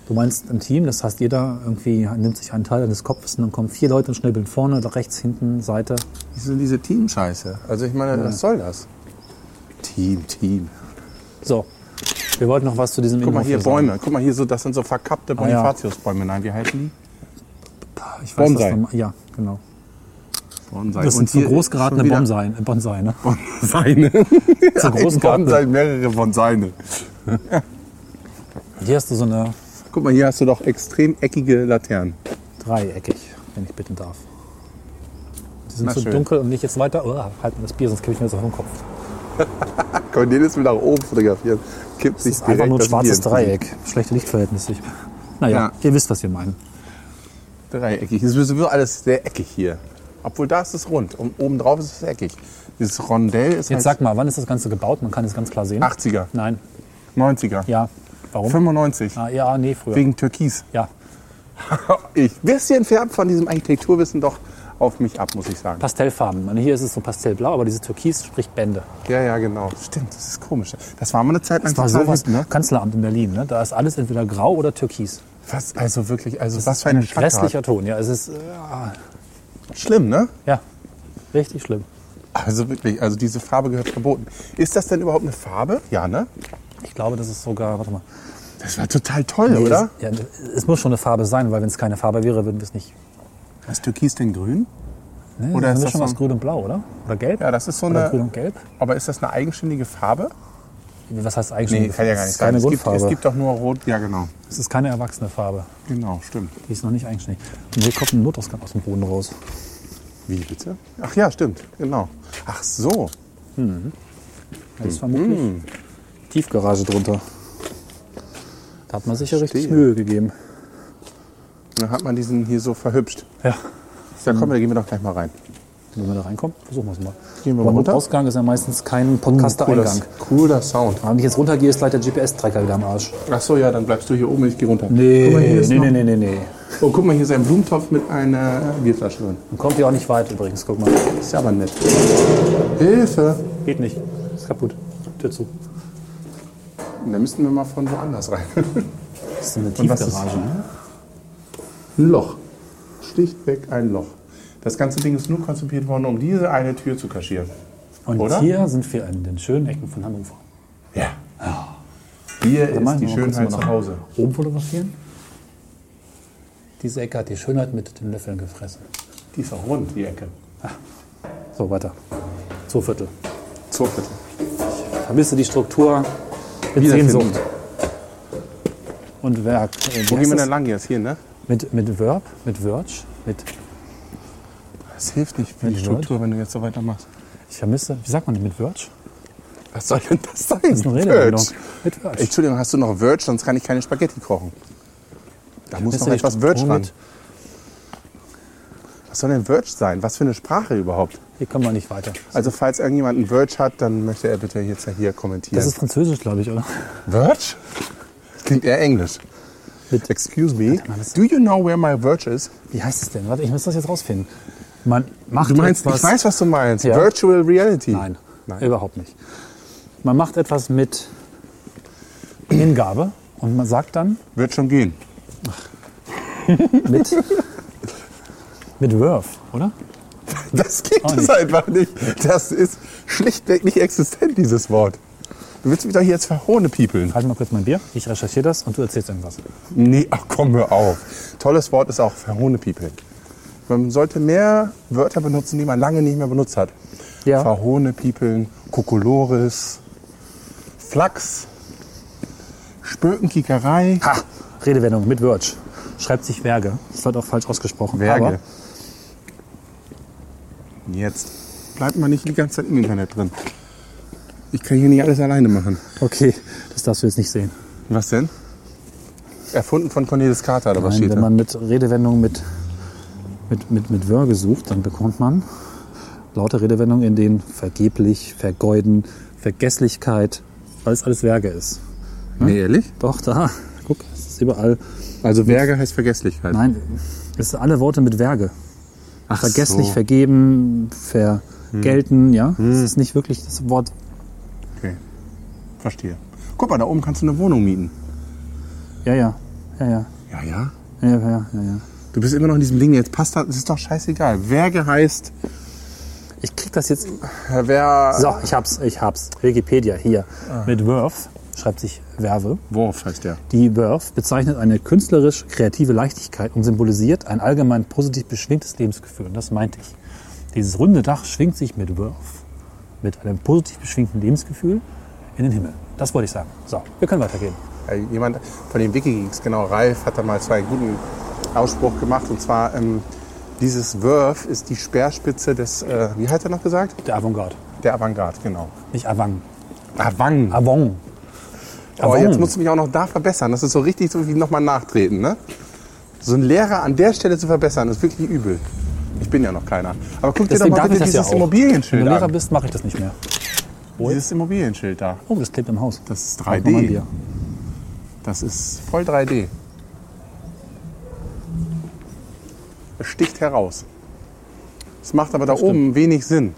B: Du meinst ein Team, das heißt, jeder irgendwie nimmt sich einen Teil eines Kopfes und dann kommen vier Leute und schnibbeln vorne, rechts, hinten, Seite.
A: Wieso diese Team-Scheiße? Also ich meine, was soll das? Team, Team.
B: So, wir wollten noch was zu diesem
A: Guck mal hier,
B: Innenhof sagen.
A: Bäume. Guck mal hier, so, das sind so verkappte
B: Ah, ja.
A: Bonifatius-Bäume. Nein, wie heißen die?
B: Ah, Ich weiß,
A: Bonsai.
B: was wir- ja, genau.
A: Bonsai.
B: Das sind zu
A: hier
B: groß
A: ist
B: geratene
A: schon wieder-
B: Bonsai. äh, Bonsai ne?
A: Bonsaine.
B: Zu groß
A: Ein Bonsai, mehrere Bonsaine.
B: Hier hast du so eine
A: Guck mal, hier hast du doch extrem eckige Laternen.
B: dreieckig, wenn ich bitten darf. Die sind
A: Na
B: zu
A: schön.
B: dunkel und nicht jetzt weiter. Oh, halt mir das Bier, sonst kippe ich mir das auf den Kopf.
A: Cornelis will nach oben fotografieren. Kippt sich
B: Das ist einfach nur ein
A: direkt das
B: schwarzes
A: Bier.
B: Dreieck. Schlechte Lichtverhältnisse. Naja,
A: Ja.
B: ihr wisst, was wir meinen.
A: Dreieckig. Es ist sowieso alles sehr eckig hier. Obwohl da ist es rund. Und oben drauf ist es eckig. Dieses Rondell
B: Jetzt
A: ist halt
B: sag mal, wann ist das Ganze gebaut? Man kann es ganz klar sehen.
A: 80er,
B: Nein,
A: 90er,
B: ja. Warum?
A: 95.
B: Ah, ja, nee, früher.
A: Wegen Türkis.
B: ja,
A: Ich bisschen färbt von diesem Architekturwissen doch auf mich ab, muss ich sagen.
B: Pastellfarben. Man, hier ist es so pastellblau, aber dieses Türkis spricht Bände.
A: Ja, ja, genau. Stimmt, das ist komisch. Das war mal eine Zeit lang
B: Das war
A: total
B: sowas,
A: hip, ne?
B: Kanzleramt in Berlin, ne? Da ist alles entweder grau oder türkis.
A: Was, also wirklich, also
B: ist
A: was für eine
B: ein
A: Stadt.
B: Grässlicher Ton, ja. Es ist, äh,
A: Schlimm, ne?
B: ja, richtig schlimm.
A: Also wirklich, also diese Farbe gehört verboten. Ist das denn überhaupt eine Farbe? Ja, ne?
B: Ich glaube, das ist sogar, warte mal.
A: Das war total toll,
B: Nee,
A: oder?
B: Das, ja, es muss schon eine Farbe sein, weil wenn es keine Farbe wäre, würden wir es nicht.
A: Ist Türkis denn grün?
B: Ne? Dann
A: Oder ist
B: haben wir
A: das
B: schon
A: so
B: was
A: ein-
B: Grün und Blau, oder? Oder Gelb?
A: Ja, das ist so
B: Oder
A: eine-
B: Grün und Gelb?
A: Aber ist das eine eigenständige Farbe?
B: Was heißt eigentlich? schon- es ist
A: Keine
B: keine
A: es, gibt,
B: Grundfarbe.
A: es gibt doch nur Rot. Ja, genau.
B: es ist keine erwachsene Farbe.
A: Genau, stimmt.
B: Die ist noch nicht eingeschnitten. Und hier kommt ein Notausgang aus dem Boden raus.
A: Wie bitte? Ach ja, stimmt. Genau. Ach so.
B: Da ist vermutlich
A: Hm.
B: Tiefgarage drunter. Da hat man sich ja richtig
A: Verstehe.
B: Mühe gegeben.
A: Dann hat man diesen hier so verhübscht.
B: Ja.
A: Ich sag, komm, da gehen wir doch gleich mal rein.
B: Wenn wir da reinkommen, versuchen wir es mal.
A: Gehen wir mal
B: Aber
A: runter? Hm,
B: Notausgang ist ja meistens kein Podcaster-Eingang.
A: cooler Sound.
B: Wenn ich jetzt runtergehe, ist gleich der GPS-Tracker wieder am Arsch.
A: Ach so, ja, dann bleibst du hier oben, ich gehe runter.
B: Nee,
A: Guck mal, hier ist
B: nee,
A: noch,
B: nee, nee, nee, nee.
A: Oh, guck mal, hier ist ein Blumentopf mit einer Bierflasche drin.
B: Und kommt ja auch nicht weit übrigens, guck mal.
A: Ist ja aber nett. Hilfe!
B: Geht nicht. Ist kaputt. Tür zu.
A: Da müssten wir mal von woanders rein.
B: Das ist eine
A: Und was ist-
B: Tiefgarage, ne?
A: Ein Loch. Schlichtweg ein Loch. Das ganze Ding ist nur konzipiert worden, um diese eine Tür zu kaschieren.
B: Und
A: Oder?
B: hier sind wir in den schönen Ecken von Hannover.
A: Ja. Hier
B: Da machen
A: ist
B: wir
A: die
B: mal kurz mal
A: Schönheit zu
B: nach
A: Hause.
B: Oben fotografieren. Diese Ecke hat die Schönheit mit den Löffeln gefressen.
A: Die ist auch rund, die Ecke.
B: So, weiter. Zur Viertel.
A: So, bitte.
B: Vermisse die Struktur mit
A: Wiederfinden.
B: Sehnsucht. Und Werk. Äh, wie
A: Wo
B: heißt
A: gehen wir
B: das?
A: denn lang jetzt? Hier, ne?
B: Mit, mit Verb, mit Verge, mit.
A: Das hilft nicht für
B: Mit
A: die Struktur, wenn du jetzt so weitermachst.
B: Ich vermisse. Wie sagt man denn mit Verge?
A: Was soll denn das sein?
B: Das ist eine Redewendung.
A: Verge.
B: Mit Verge.
A: Entschuldigung, hast du noch Verge? Sonst kann ich keine Spaghetti kochen. Da muss
B: Vermisse
A: noch
B: die
A: etwas
B: Struktur
A: Verge ran.
B: mit-
A: Was soll denn Verge sein? Was für eine Sprache überhaupt?
B: Hier kommen wir nicht weiter.
A: Also falls irgendjemand einen Verge hat, dann möchte er bitte jetzt hier kommentieren.
B: Das ist Französisch, glaube ich, oder?
A: Verge? Das klingt eher Englisch.
B: Mit-
A: Excuse me,
B: Mann, das-
A: do you know where my Verge is?
B: Wie heißt es denn? Warte, ich muss das jetzt rausfinden. Man macht
A: Du meinst,
B: etwas.
A: ich weiß, was du meinst.
B: Ja.
A: Virtual Reality.
B: Hm. Nein,
A: Nein.
B: überhaupt nicht. Man macht etwas mit Hingabe und man sagt dann
A: Wird schon gehen.
B: mit, mit Worth, oder?
A: Das gibt
B: Auch
A: es
B: nicht.
A: einfach nicht. Das ist schlichtweg nicht existent, dieses Wort. Du willst mich doch hier jetzt verhohnepiepeln.
B: Halt mal kurz mein Bier. Ich recherchiere das und du erzählst irgendwas.
A: Nee, ach komm, hör auf. Tolles Wort ist auch verhohnepiepeln. Man sollte mehr Wörter benutzen, die man lange nicht mehr benutzt hat.
B: Ja.
A: Verhohnepiepeln, Kokolores, Flachs, Spökenkickerei.
B: Ha! Redewendung mit Wörth. Schreibt sich Werge. Das wird auch falsch ausgesprochen.
A: Werge.
B: Aber
A: Jetzt bleibt man nicht die ganze Zeit im Internet drin. Ich kann hier nicht alles alleine machen.
B: okay, das darfst du jetzt nicht sehen.
A: Was denn? Erfunden von Cornelis Carter oder was
B: Nein,
A: steht
B: wenn
A: da?
B: man mit Redewendungen mit, mit, mit, mit Wörge sucht, dann bekommt man lauter Redewendungen, in denen vergeblich, vergeuden, Vergesslichkeit, alles, alles Werge ist.
A: Nee, ehrlich?
B: Doch, da, guck, es ist überall.
A: Hm? Also Werge heißt Vergesslichkeit.
B: Nein, es sind alle Worte mit Werge.
A: Ach Hm.
B: Vergesslich, vergeben, vergelten, ja. Das ist nicht wirklich das Wort.
A: Okay. Verstehe. Guck mal, da oben kannst du eine Wohnung mieten.
B: Ja, ja, ja, ja.
A: Ja, ja.
B: Ja, ja, ja, ja, ja.
A: Du bist immer noch in diesem Ding, jetzt passt das, das ist doch scheißegal. Werge heißt,
B: Ich krieg das jetzt.
A: wer...
B: So, ich hab's, ich hab's. Wikipedia hier.
A: Ah.
B: Mit Worth schreibt sich Werve.
A: Worf heißt der.
B: Die Verve bezeichnet eine künstlerisch-kreative Leichtigkeit und symbolisiert ein allgemein positiv beschwingtes Lebensgefühl. Und das meinte ich. Dieses runde Dach schwingt sich mit Verve, mit einem positiv beschwingten Lebensgefühl, in den Himmel. Das wollte ich sagen. So, wir können weitergehen.
A: Äh, Jemand von den Wikigeeks, genau, Ralf hat da mal so einen guten Ausspruch gemacht. Und zwar, ähm, dieses Wurf ist die Speerspitze des, äh, wie hat er noch gesagt?
B: Der Avantgarde.
A: Der Avantgarde, genau.
B: Nicht Avant.
A: Avant.
B: Avant.
A: Oh, jetzt musst du mich auch noch da verbessern. Das ist so richtig so wie nochmal nachtreten, ne? So einen Lehrer an der Stelle zu verbessern, ist wirklich übel. Ich bin ja noch keiner. Aber guck dir
B: Deswegen
A: doch mal
B: darf ich
A: bitte
B: das ja
A: dieses
B: auch. Wenn
A: Immobilienschild
B: du Lehrer
A: an.
B: bist, mache ich das nicht mehr.
A: Dieses Immobilienschild da.
B: Oh, das klebt im Haus.
A: Das ist
B: Mach noch mal ein Bier.
A: 3D. Das ist voll 3D. Es sticht heraus. Es macht aber da
B: stimmt.
A: oben wenig Sinn.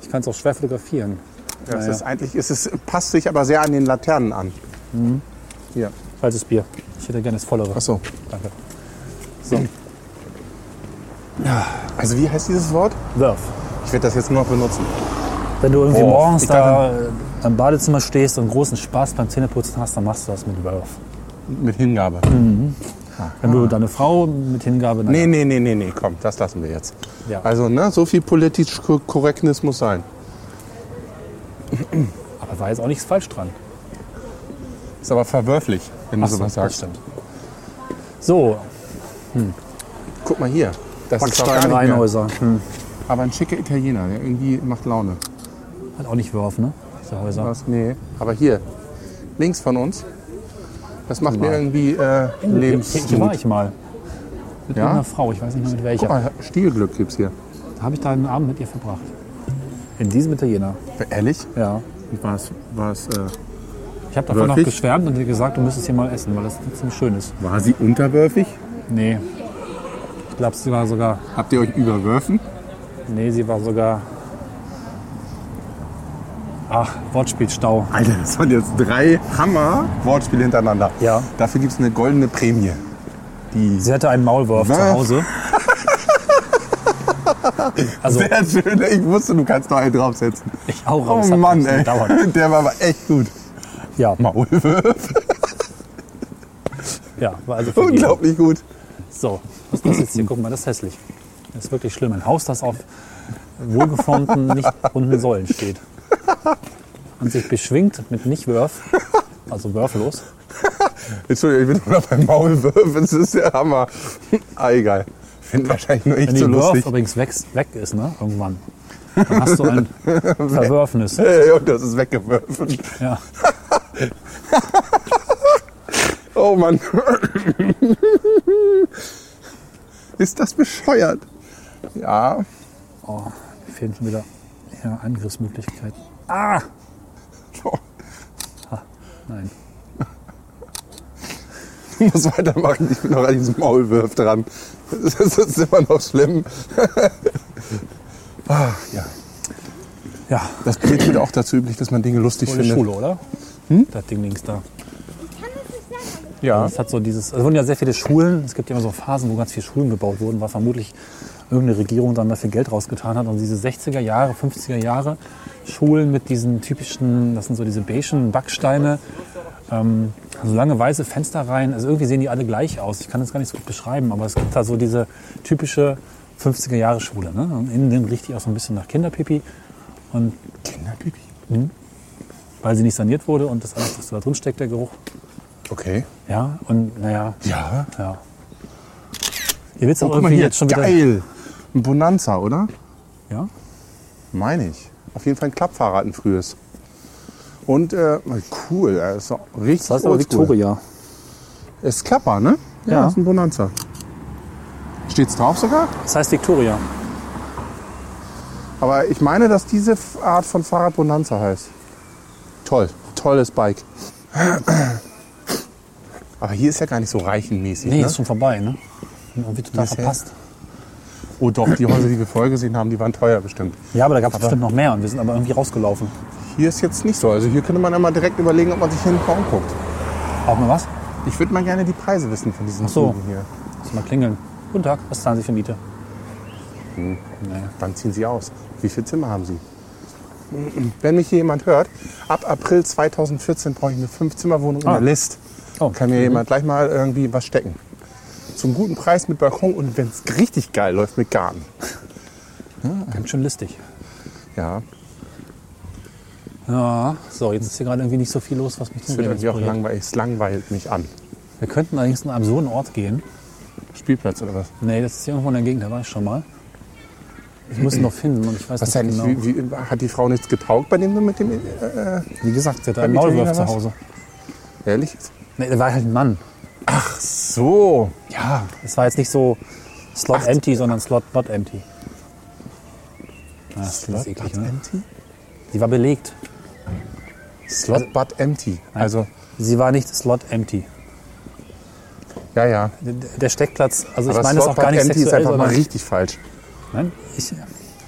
B: Ich kann es auch schwer fotografieren.
A: Das
B: Naja.
A: ist eigentlich, es ist, passt sich aber sehr an den Laternen an. Hier.
B: Falsches Bier. Ich hätte gerne das vollere.
A: Mhm. Ach so.
B: Danke. So,
A: Also wie heißt dieses Wort?
B: Verve.
A: Ich werde das jetzt nur noch benutzen.
B: Wenn du irgendwie
A: Boah,
B: morgens
A: ich dachte-
B: da äh, im Badezimmer stehst und großen Spaß beim Zähneputzen hast, dann machst du das mit Ralph.
A: Mit Hingabe.
B: Wenn
A: Ah.
B: du deine Frau mit Hingabe...
A: Mhm. Nee, nee, nee, nee, nee, komm, das lassen wir jetzt.
B: Ja.
A: Also, ne, so viel politisch Ko- Korrektness muss sein.
B: Aber war jetzt auch nichts falsch dran.
A: Ist aber verwürflich, wenn du
B: Ach so, das
A: sowas sagst.
B: stimmt. So,
A: Guck mal hier. Das ist doch gar
B: Backstein
A: nicht mehr.
B: Rheinhäuser. Hm.
A: Aber ein schicker Italiener, der irgendwie macht Laune.
B: Hat auch nicht Wurf, ne? Diese Häuser.
A: Was? Nee. Aber hier, links von uns, das macht mir irgendwie äh,
B: Hier, hier war
A: Lebensmut.
B: ich mal. Mit
A: Ja?
B: einer Frau, ich weiß nicht mehr mit
A: Guck
B: welcher.
A: mal, Stilglück gibt's hier.
B: Da habe ich da einen Abend mit ihr verbracht. In diesem Italiener.
A: Ehrlich?
B: Ja.
A: Was? Was? Äh,
B: Ich habe davon noch
A: Wirklich?
B: geschwärmt und dir gesagt, du müsstest hier mal essen, weil das ziemlich schön ist.
A: war sie unterwürfig?
B: Nee. Ich glaube, sie war sogar.
A: Habt ihr euch überwürfen?
B: Nee, sie war sogar. Ach, Wortspielstau.
A: Alter, das waren jetzt drei Hammer-Wortspiele hintereinander.
B: Ja.
A: Dafür gibt's eine goldene Prämie. Die
B: Sie hatte einen Maulwurf
A: Was?
B: zu Hause. Also,
A: sehr schöne, ich wusste, du kannst noch einen draufsetzen.
B: ich hau
A: Oh
B: raus. hat
A: Mann,
B: ein bisschen
A: ey.
B: gedauert.
A: Der war aber echt gut.
B: Ja,
A: Maulwürfe.
B: ja, war also vergeben.
A: Unglaublich gut.
B: So, was ist das jetzt hier? Guck mal, das ist hässlich. Das ist wirklich schlimm. Ein Haus, das auf wohlgeformten, nicht runden Säulen steht. Und sich beschwingt mit Nicht-Wurf, also würfellos.
A: Entschuldigung, ich bin nur noch beim Maulwürfen. Das ist der Hammer. Ah, egal. Find wahrscheinlich nur ich
B: Wenn
A: so
B: die Wurf
A: lustig.
B: übrigens weg, weg ist, ne, irgendwann, dann hast du ein Verwürfnis.
A: Hey, und das ist weggeworfen.
B: Ja.
A: Oh Mann. Ist das bescheuert? Ja.
B: Oh, mir fehlen schon wieder ja, Angriffsmöglichkeiten.
A: Oh,
B: Nein.
A: Ich muss weitermachen. Ich bin noch an diesem Maulwurf dran. Das ist immer noch schlimm. Ah, ja.
B: Ja,
A: Das Bild wird auch dazu üblich, dass man Dinge lustig
B: volle
A: findet. Hm?
B: Schule, oder? Das Ding links da.
A: Ja.
B: Das hat so dieses, es wurden ja sehr viele Schulen, es gibt ja immer so Phasen, wo ganz viele Schulen gebaut wurden, weil vermutlich irgendeine Regierung dann dafür Geld rausgetan hat. Und diese 60er Jahre, 50er Jahre Schulen mit diesen typischen, das sind so diese beigen Backsteine, ähm, so lange weiße Fenster rein. Also irgendwie sehen die alle gleich aus. Ich kann das gar nicht so gut beschreiben, aber es gibt da so diese typische 50er Jahre Schule. Ne? Und innen drin riecht die auch so ein bisschen nach Kinderpipi. Und
A: Kinderpipi.
B: weil sie nicht saniert wurde und das alles, was da drin steckt, der Geruch.
A: Okay.
B: Ja, und naja,
A: Ja.
B: Ja. Ihr willst
A: Oh,
B: auch
A: guck mal
B: irgendwie
A: hier.
B: jetzt schon wieder.
A: Geil. Ein Bonanza, oder?
B: Ja?
A: Meine ich. Auf jeden Fall ein Klappfahrrad, ein frühes. Und äh, cool, äh, ist auch richtig
B: Das heißt aber
A: oldschool.
B: Victoria.
A: Ist Klapper, ne?
B: Ja.
A: ist ein Bonanza. Steht's drauf sogar?
B: Das heißt Victoria.
A: Aber ich meine, dass diese Art von Fahrrad Bonanza heißt. Toll, tolles Bike. Aber hier ist ja gar nicht so reichenmäßig.
B: Nee,
A: ne?
B: ist schon vorbei, ne? Irgendwie total
A: Bisher.
B: verpasst.
A: Oh doch, die Häuser, die wir vorher gesehen haben, die waren teuer bestimmt.
B: Ja, aber da gab es bestimmt noch mehr und wir sind aber irgendwie rausgelaufen.
A: Hier ist jetzt nicht so. Also hier könnte man ja mal direkt überlegen, ob man sich hier einen Korn guckt.
B: Auch mal was?
A: Ich würde mal gerne die Preise wissen von diesen
B: so.
A: Buden hier.
B: Muss mal klingeln. Guten Tag, was zahlen Sie für Miete?
A: Wann ziehen Sie aus? Wie viel Zimmer haben Sie? Wenn mich hier jemand hört, ab April 2014 brauche ich eine Fünf-Zimmer-Wohnung
B: Ah.
A: in der List.
B: Oh.
A: Kann mir jemand gleich mal irgendwie was stecken. Zum guten Preis mit Balkon und wenn es richtig geil läuft, mit Garten.
B: Ganz schön listig.
A: Ja,
B: Ja, so, jetzt ist hier gerade irgendwie nicht so viel los, was mich
A: es wird irgendwie auch
B: inspiriert.
A: langweilig. Es langweilt mich an.
B: Wir könnten allerdings an einem so einen Ort gehen.
A: Spielplatz oder was?
B: Nee, das ist hier irgendwo in der Gegend, da war ich schon mal. Ich muss ihn noch finden und ich weiß
A: Was
B: nicht genau.
A: eigentlich, wie, wie, hat die Frau nichts getaugt bei dem mit dem? Äh,
B: Wie gesagt, sie hat einen
A: Beim Italiener
B: Maulwurf zu
A: was?
B: Hause.
A: ehrlich?
B: Nee, da war halt ein Mann.
A: So.
B: Ja, es war jetzt nicht so Slot empty, sondern Slot not empty. Ja, das ist eklig,
A: Ah, Slot
B: ne?
A: empty?
B: Sie war belegt.
A: Slot but empty. Also,
B: Sie war nicht Slot empty.
A: ja, ja.
B: D- d- Der Steckplatz, also ich
A: Aber
B: meine das
A: Slot
B: auch gar
A: but
B: nicht
A: empty ist
B: sexuell,
A: einfach mal
B: sondern,
A: richtig falsch.
B: nein, ich,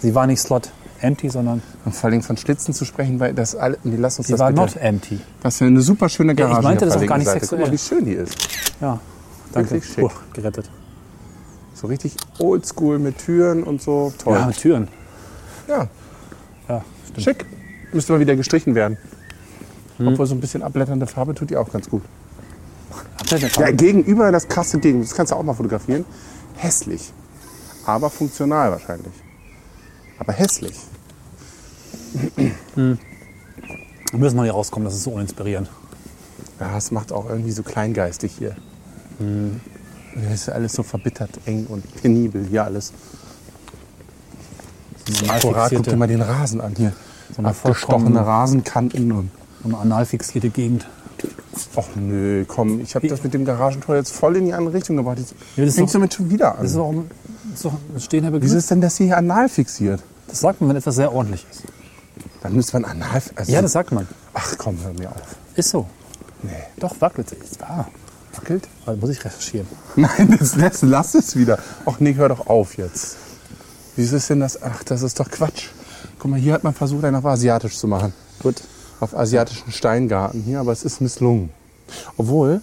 B: sie war nicht Slot empty, sondern
A: Und vor allem von Schlitzen zu sprechen, weil das alle, nee, lass uns
B: sie
A: das
B: war
A: bitte.
B: not empty.
A: Das ist eine super schöne
B: Ja, ich
A: Garage.
B: meinte
A: hier
B: das auch gar nicht
A: verlinken Seite. Guck mal, wie schön die ist.
B: Ja, danke.
A: Wirklich schick.
B: Puh, gerettet.
A: So richtig oldschool mit Türen und so. Toll.
B: Ja, mit Türen.
A: Ja,
B: Ja, stimmt. Mhm.
A: schick. Müsste mal wieder gestrichen werden. Obwohl so ein bisschen abblätternde Farbe tut die auch ganz gut.
B: Habt ihr eine
A: Ja,
B: Farbe?
A: gegenüber das krasse Ding, das kannst du auch mal fotografieren. Hässlich. Aber funktional wahrscheinlich. Aber hässlich.
B: Wir müssen mal hier rauskommen, das ist so uninspirierend.
A: Ja, es macht auch irgendwie so kleingeistig hier.
B: Hm.
A: Hier ist alles so verbittert, eng und penibel hier alles.
B: Normal
A: Akkurat, guck dir
B: fixierte,
A: mal den Rasen an hier. So
B: eine vollkommen-
A: Abgestochene Rasenkanten und.
B: so eine anal fixierte Gegend.
A: Och nö, komm, ich habe das mit dem Garagentor jetzt voll in die andere Richtung gebracht. Jetzt
B: Ja, das ist
A: fängst
B: doch-
A: du mit schon wieder an.
B: Das ist auch ein, das ist doch ein stehender
A: Wieso
B: Begriff.
A: ist denn das hier anal fixiert?
B: Das sagt man, wenn etwas sehr ordentlich ist.
A: Dann müsste man anal. Also,
B: Ja, das sagt man.
A: Ach komm, hör mir auf.
B: Ist so.
A: Nee. Ah,
B: Doch, wackelt. Ist wahr.
A: Wackelt?
B: Da muss ich recherchieren.
A: Nein, das, das lass es wieder. Och nee, hör doch auf jetzt. Wieso ist denn das? Ach, das ist doch Quatsch. Guck mal, hier hat man versucht, einen auf asiatisch zu machen. Gut. Auf asiatischen Steingarten hier, aber es ist misslungen. Obwohl,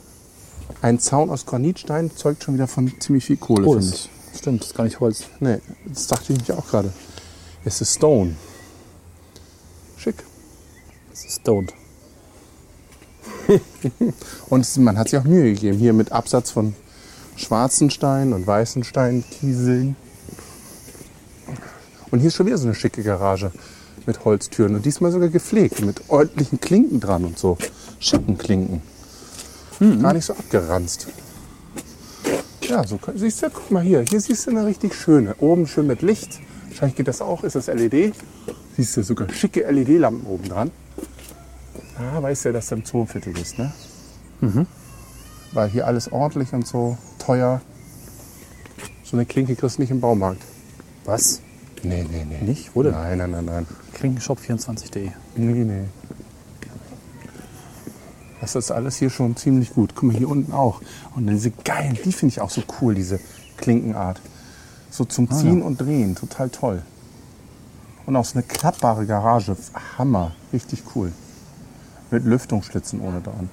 A: ein Zaun aus Granitstein zeugt schon wieder von ziemlich viel Kohle.
B: Oh,
A: finde ich.
B: Stimmt, ist gar nicht Holz.
A: Nee, das dachte ich nämlich auch gerade. Es ist Stone. Schick.
B: Es ist stoned.
A: Und es- man hat sich auch Mühe gegeben, hier mit Absatz von schwarzen Steinen und weißen Steinkieseln. Und hier ist schon wieder so eine schicke Garage mit Holztüren und diesmal sogar gepflegt mit ordentlichen Klinken dran und so. Schicken Klinken.
B: Mhm.
A: Gar nicht so abgeranzt. Ja, so kann- siehst du, guck mal hier. Hier siehst du eine richtig schöne. Oben schön mit Licht. Wahrscheinlich geht das auch. Ist das LED? Siehst du sogar schicke LED-Lampen oben dran. Ah, weißt ja, dass du im Zooviertel bist, ne?
B: Mhm.
A: weil hier alles ordentlich und so teuer. So eine Klinke kriegst du nicht im Baumarkt.
B: Was?
A: Nee, nee, nee.
B: Nicht? Wo denn?
A: Nein, nein, nein, nein.
B: Klinkenshop24.de.
A: Nee, nee. Das ist alles hier schon ziemlich gut. Guck mal, hier unten auch. Und diese geilen, die finde ich auch so cool, diese Klinkenart. So zum Ziehen und Drehen, total toll. Und auch so eine klappbare Garage. Hammer, richtig cool. Mit Lüftungsschlitzen ohne dran.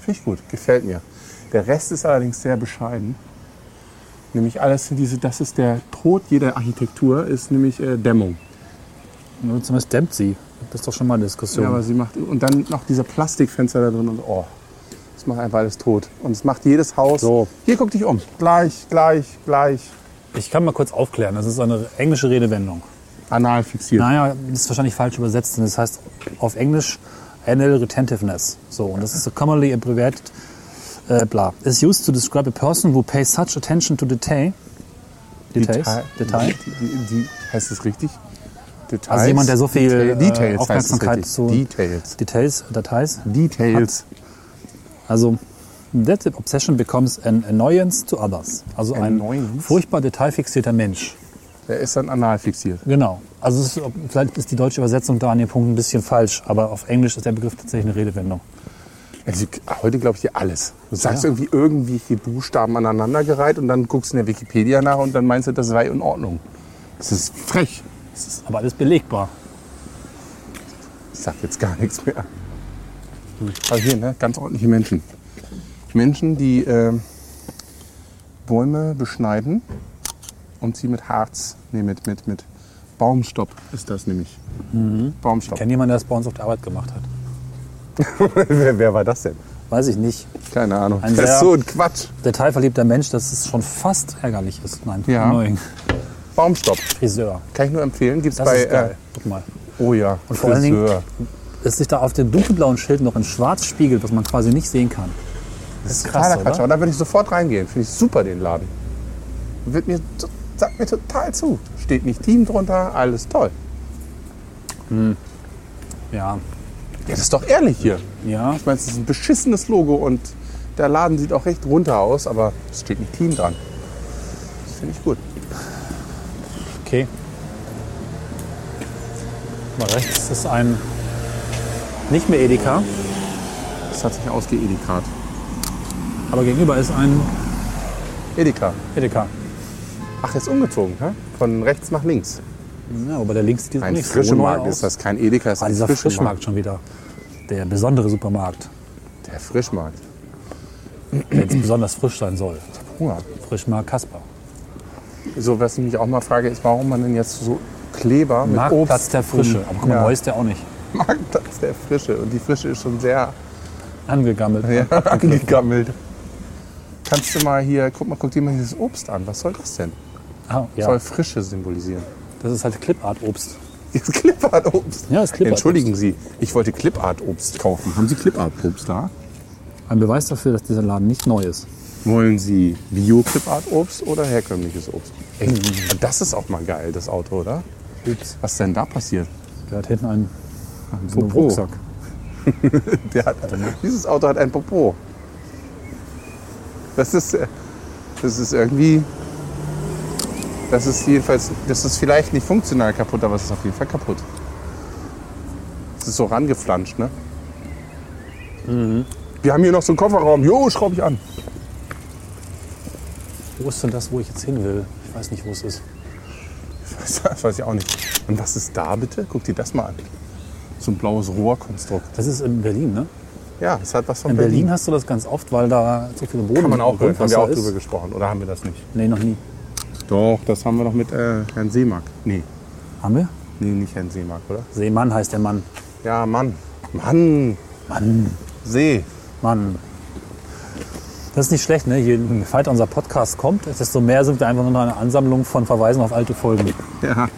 A: Finde ich gut, gefällt mir. Der Rest ist allerdings sehr bescheiden. Nämlich alles sind diese, das ist der Tod jeder Architektur, ist nämlich äh, Dämmung.
B: Nur Zumindest dämmt sie. Das ist doch schon mal eine Diskussion.
A: Ja, aber sie macht. Und dann noch diese Plastikfenster da drin und oh. Das macht einfach alles tot. Und es macht jedes Haus.
B: So.
A: Hier guck dich um. Gleich, gleich, gleich.
B: ich kann mal kurz aufklären. Das ist eine englische Redewendung.
A: Anal fixiert.
B: Naja, das ist wahrscheinlich falsch übersetzt. denn Das heißt auf Englisch anal retentiveness. So, und das ist so commonly abbreviated äh, bla. Is used to describe a person who pays such attention to detail. Details?
A: Detail.
B: Detail.
A: Die, die, die, heißt es richtig? Details.
B: Also jemand, der so viel
A: Detail-
B: äh,
A: Details
B: Aufmerksamkeit
A: heißt es
B: zu
A: richtig. Details.
B: Details, Details.
A: Details.
B: Also that obsession becomes an annoyance to others. Also ein
A: Annoyance?
B: furchtbar detailfixierter Mensch.
A: Der ist dann anal fixiert.
B: Genau. Also es ist, vielleicht ist die deutsche Übersetzung da an dem Punkt ein bisschen falsch, aber auf Englisch ist der Begriff tatsächlich eine Redewendung.
A: Also, heute glaube ich dir alles. Du sagst irgendwie irgendwie die Buchstaben aneinandergereiht und dann guckst du in der Wikipedia nach und dann meinst du, das sei in Ordnung. Das ist frech.
B: Es ist aber alles belegbar.
A: Ich sag jetzt gar nichts mehr. Aber hier, ne? Ganz ordentliche Menschen. Menschen, die ähm, Bäume beschneiden und sie mit Harz, nee, mit, mit, mit Baumstopp ist das nämlich.
B: Mhm.
A: Baumstopp.
B: Kennt jemand, der das bei uns auf der Arbeit gemacht hat?
A: wer, wer war das denn?
B: Weiß ich nicht.
A: Keine Ahnung.
B: Ein
A: das
B: sehr-
A: ist so ein Quatsch.
B: Detailverliebter Mensch, dass es schon fast ärgerlich ist. Nein,
A: Ja.
B: annoying.
A: Baumstopp.
B: Friseur.
A: Kann ich nur empfehlen. Gibt's
B: Das
A: bei.
B: ist geil. Guck mal.
A: Äh, oh ja,
B: Und vor allen Dingen-
A: Friseur.
B: Dass sich da auf dem dunkelblauen Schild noch in schwarz spiegelt, was man quasi nicht sehen kann. Das ist krass,
A: Totaler Quatsch.
B: oder?
A: Aber da würde ich sofort reingehen. Finde ich super, den Laden. Wird mir, to- sagt mir total zu. Steht nicht Team drunter, alles toll.
B: Ja.
A: Ja, das ist doch ehrlich hier.
B: Ja.
A: Ich meine, es ist ein beschissenes Logo und der Laden sieht auch recht runter aus, aber es steht nicht Team dran. Das finde ich gut.
B: Okay. Guck Mal rechts ist ein nicht mehr Edeka,
A: Das hat sich ausgeedikat.
B: aber gegenüber ist ein
A: Edeka.
B: Edeka.
A: Ach, ist umgezogen, hä? Von rechts nach links.
B: Ja, aber der links sieht
A: Ein
B: nicht so neu
A: Frischmarkt
B: aus.
A: ist das, kein Edeka, ist
B: Ah,
A: ein
B: dieser Frischmarkt.
A: Frischmarkt.
B: schon wieder. Der besondere Supermarkt,
A: Der Frischmarkt.
B: der jetzt besonders frisch sein soll.
A: Hunger.
B: Frischmarkt Kasper.
A: So, was ich mich auch mal frage, ist, warum man denn jetzt so Kleber mit
B: Marktplatz
A: Obst
B: der Frische. Aber guck mal,
A: Ja.
B: neu ist der auch nicht.
A: Marktplatz der Frische. Und die Frische ist schon sehr
B: Angegammelt.
A: ja, angegammelt. Kannst du mal hier, guck mal, guck dir mal dieses Obst an. Was soll das denn?
B: Ah, ja.
A: Soll Frische symbolisieren.
B: Das ist halt Clipart-Obst.
A: Ist Clipart-Obst.
B: Ja, ist Clipart-Obst.
A: Entschuldigen Sie, ich wollte Clipart-Obst kaufen. Haben Sie Clipart-Obst da?
B: Ein Beweis dafür, dass dieser Laden nicht neu ist.
A: Wollen Sie Bio-Clipart-Obst oder herkömmliches Obst? Ey, das ist auch mal geil, das Auto, oder?
B: Ups.
A: Was ist denn da passiert?
B: Der hat hinten einen, einen
A: Popo.
B: Rucksack.
A: Der hat, also dieses Auto hat ein Popo. Das ist, äh, das ist irgendwie, das ist jedenfalls, das ist vielleicht nicht funktional kaputt, aber es ist auf jeden Fall kaputt. Es ist so rangeflanscht, ne?
B: Mhm.
A: Wir haben hier noch so einen Kofferraum. Jo, schraub ich an.
B: Wo ist denn das, wo ich jetzt hin will? Ich weiß nicht, wo es ist.
A: Das weiß ich auch nicht. Und was ist da bitte? Guck dir das mal an. So ein blaues Rohrkonstrukt.
B: Das ist in Berlin, ne?
A: Ja, es hat was von
B: In Berlin, hast du das ganz oft, weil da so viel Boden
A: Kann man auch hören. Haben wir auch
B: ist.
A: drüber gesprochen. Oder haben wir das nicht?
B: Nee, noch nie.
A: Doch, das haben wir noch mit äh, Herrn Seemack. Nee.
B: Haben wir?
A: Nee, nicht Herrn Seemark, oder?
B: Seemann heißt der Mann.
A: Ja, Mann. Mann.
B: Mann,
A: See.
B: Mann. Das ist nicht schlecht, ne? Je weiter unser Podcast kommt, desto mehr sind wir einfach nur noch eine Ansammlung von Verweisen auf alte Folgen.
A: Ja. Wir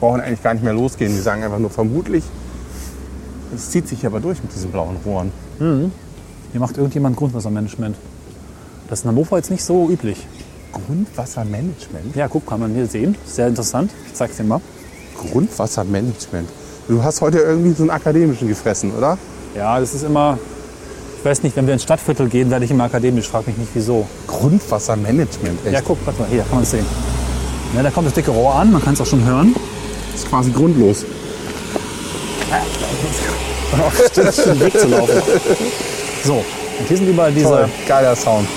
A: brauchen eigentlich gar nicht mehr losgehen. Wir sagen einfach nur vermutlich. Es zieht sich aber durch mit diesen blauen Rohren.
B: Hier macht irgendjemand Grundwassermanagement. Das ist in Hannover jetzt nicht so üblich.
A: Grundwassermanagement?
B: Ja, guck, kann man hier sehen. Sehr interessant. Ich zeig's dir mal.
A: Grundwassermanagement. Du hast heute irgendwie so einen akademischen gefressen, oder?
B: Ja, das ist immer. Ich weiß nicht, wenn wir ins Stadtviertel gehen, werde ich immer akademisch. Frag mich nicht wieso.
A: Grundwassermanagement, echt.
B: Ja, guck, warte mal, hier kann man es sehen. Ja, da kommt das dicke Rohr an, man kann es auch schon hören.
A: ist quasi grundlos.
B: Das ist ein Weg zu laufen. So, und hier sind überall diese.
A: Toll, geiler Sound.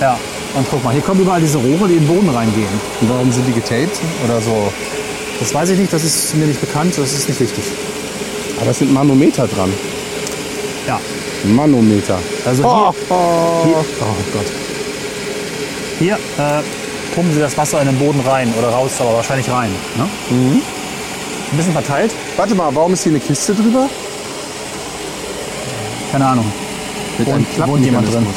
B: Ja, und guck mal, hier kommen überall diese Rohre, die in den Boden reingehen.
A: Und warum sind die getaped oder so?
B: Das weiß ich nicht, das ist mir nicht bekannt, das ist nicht wichtig.
A: Aber es Ah, sind Manometer dran.
B: Ja,
A: Manometer.
B: also
A: Oh,
B: hier,
A: oh.
B: oh Gott. Hier äh, pumpen sie das Wasser in den Boden rein oder raus, aber wahrscheinlich rein. Ne? Ein bisschen verteilt,
A: Warte mal, warum ist hier eine Kiste drüber?
B: keine Ahnung.
A: Mit
B: Wohnt-
A: einem
B: wohnt jemand drin?
A: Klappenmechanismus.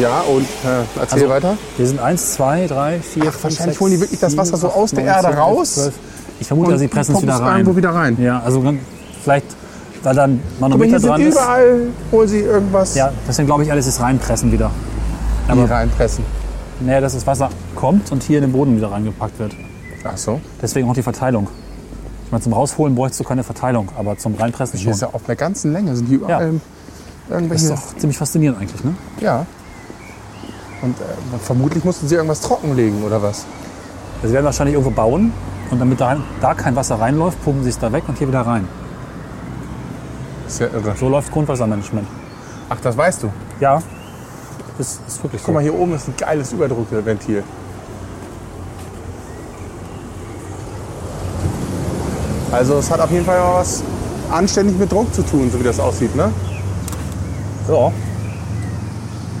A: Ja, und äh, erzähl
B: Also,
A: weiter.
B: Hier sind 1, 2, 3, 4, 5,
A: wahrscheinlich
B: sechs,
A: holen die wirklich das
B: sieben,
A: Wasser so
B: acht,
A: aus der
B: neun,
A: Erde
B: zehn,
A: raus
B: zwölf. Ich vermute,
A: und
B: sie pressen es
A: pumpen
B: wieder
A: es
B: rein.
A: irgendwo wieder rein.
B: Ja, also ganz- vielleicht, weil dann
A: Aber
B: Manometer
A: hier sind
B: dran ist.
A: überall, holen sie irgendwas
B: Ja, deswegen glaube ich, alles ist reinpressen wieder.
A: hier reinpressen.
B: Naja, dass das Wasser kommt und hier in den Boden wieder reingepackt wird.
A: Ach so.
B: Deswegen auch die Verteilung. Ich meine, zum Rausholen bräuchst du keine Verteilung, aber zum Reinpressen
A: Hier
B: schon.
A: ist ja auf der ganzen Länge sind hier überall ähm,
B: das
A: irgendwelche.
B: ist doch ziemlich faszinierend eigentlich, ne?
A: Ja. Und äh, vermutlich mussten sie irgendwas trockenlegen oder was?
B: Also sie werden wahrscheinlich irgendwo bauen und damit da, da kein Wasser reinläuft, pumpen sie es da weg und hier wieder rein.
A: Ist ja irre.
B: So läuft Grundwassermanagement.
A: Ach, das weißt du.
B: Ja, das ist wirklich so.
A: Guck mal, hier oben ist ein geiles Überdruckventil. Also es hat auf jeden Fall mal was anständig mit Druck zu tun, so wie das aussieht, ne?
B: Ja,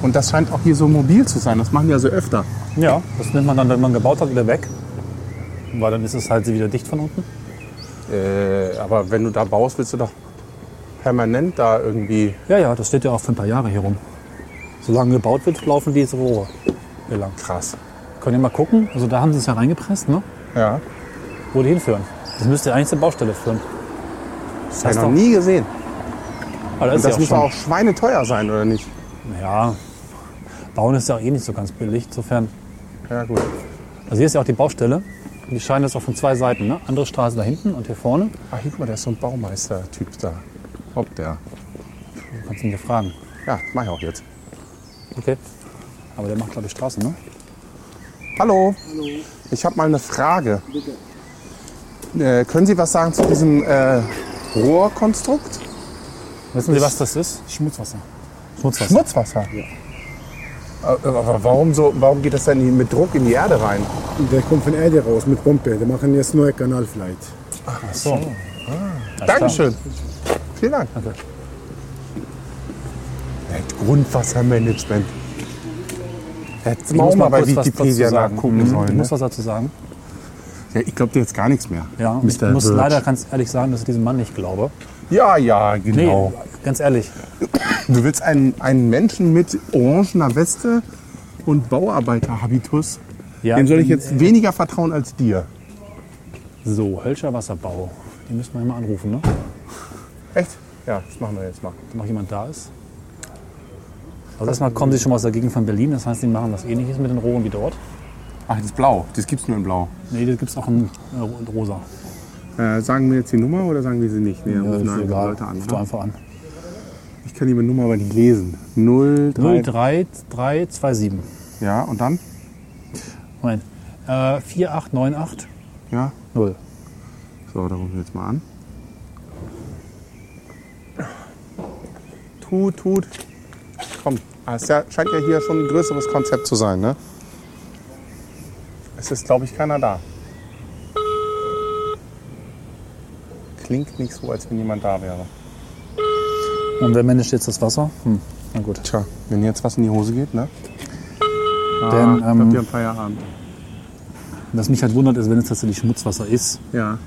A: Und das scheint auch hier so mobil zu sein. Das machen die ja so öfter.
B: ja, das nimmt man dann, wenn man gebaut hat, wieder weg. Weil dann ist es halt wieder dicht von unten.
A: Äh, aber wenn du da baust, willst du doch permanent da irgendwie.
B: Ja, ja, das steht ja auch für ein paar Jahre hier rum. Solange gebaut wird, laufen diese Rohre hier lang.
A: Krass.
B: Könnt ihr mal gucken? Also da haben sie es ja reingepresst, ne?
A: Ja.
B: Wo die hinführen. Das müsste eigentlich zur Baustelle führen.
A: Das
B: heißt
A: habe ich noch
B: doch-
A: nie gesehen.
B: Aber da
A: Und
B: ist
A: das
B: das
A: muss
B: ja
A: doch
B: auch
A: auch schweineteuer sein, oder nicht?
B: schon. Ja, bauen ist ja auch eh nicht so ganz billig. Insofern,
A: Ja, gut.
B: also hier ist ja auch die Baustelle. Und die scheinen das auch von zwei Seiten, ne? Andere Straße da hinten und hier vorne.
A: Ach, hier, guck mal, da ist so ein Baumeister-Typ da. Ob der.
B: Du kannst ihn hier fragen.
A: Ja, mach ich auch jetzt.
B: Okay. Aber der macht, glaube ich, Straßen, ne?
A: Hallo. Ich habe mal eine Frage. Äh, können Sie was sagen zu diesem äh, Rohrkonstrukt?
B: Wissen Sie, was das ist?
D: Schmutzwasser.
B: Schmutzwasser.
A: Schmutzwasser. Äh, Aber warum, so, warum geht das denn mit Druck in die Erde rein?
D: Und der kommt von Erde raus mit Pumpe. Die machen jetzt neue Kanal vielleicht.
B: Ach so. Alles
A: Ah. Dankeschön. Vielen Dank.
B: Klar. Danke.
A: Grundwassermanagement. Hätten
B: Ich
A: wir
B: muss
A: auch mal um bei
B: kurz was
A: Wikipedia
B: dazu sagen.
A: nachgucken
B: Mhm, Ich
A: sollen. Ne?
B: muss was dazu sagen.
A: Ja, ich glaube dir jetzt gar nichts mehr.
B: Ja, ich
A: Mr.
B: muss
A: Birch.
B: leider ganz ehrlich sagen, dass ich diesem Mann nicht glaube.
A: Ja, ja,
B: Nee,
A: genau.
B: ganz ehrlich.
A: Du willst einen, einen Menschen mit orangener Weste und Bauarbeiterhabitus.
B: Ja,
A: Dem soll ich
B: in-
A: jetzt weniger vertrauen als dir.
B: So, Hölscher Wasserbau. Die müssen wir immer anrufen, ne?
A: Echt? Ja, das machen wir jetzt mal.
B: Wenn noch jemand da ist. Also erstmal kommen sie schon mal aus der Gegend von Berlin, das heißt, die machen was ähnliches mit den Rohren wie dort.
A: Ach, das ist blau. Das gibt's nur in blau.
B: Nee, das gibt es auch in äh, ro- in rosa.
A: Äh, sagen wir jetzt die Nummer oder sagen wir sie nicht? Nee, rufen
B: ist
A: einfach
B: egal.
A: Leute an.
B: Ruf doch
A: Oder?
B: einfach an.
A: Ich kann die Nummer aber nicht lesen. 03.
B: 03327.
A: Ja, und dann?
B: Moment. Äh, 48980.
A: Ja. So, da rufen wir jetzt mal an. Tut, tut. Komm, ah, es ja, scheint ja hier schon ein größeres Konzept zu sein, ne? Es ist, glaube ich, keiner da. Klingt nicht so, als wenn jemand da wäre.
B: Und wer managt jetzt das Wasser? Hm. Na gut.
A: Tja, wenn jetzt was in die Hose geht, ne?
B: Denn,
A: Ah, ich glaub,
B: ähm,
A: wir haben Feierabend.
B: Was mich halt wundert, ist, wenn es tatsächlich Schmutzwasser ist,
A: Ja.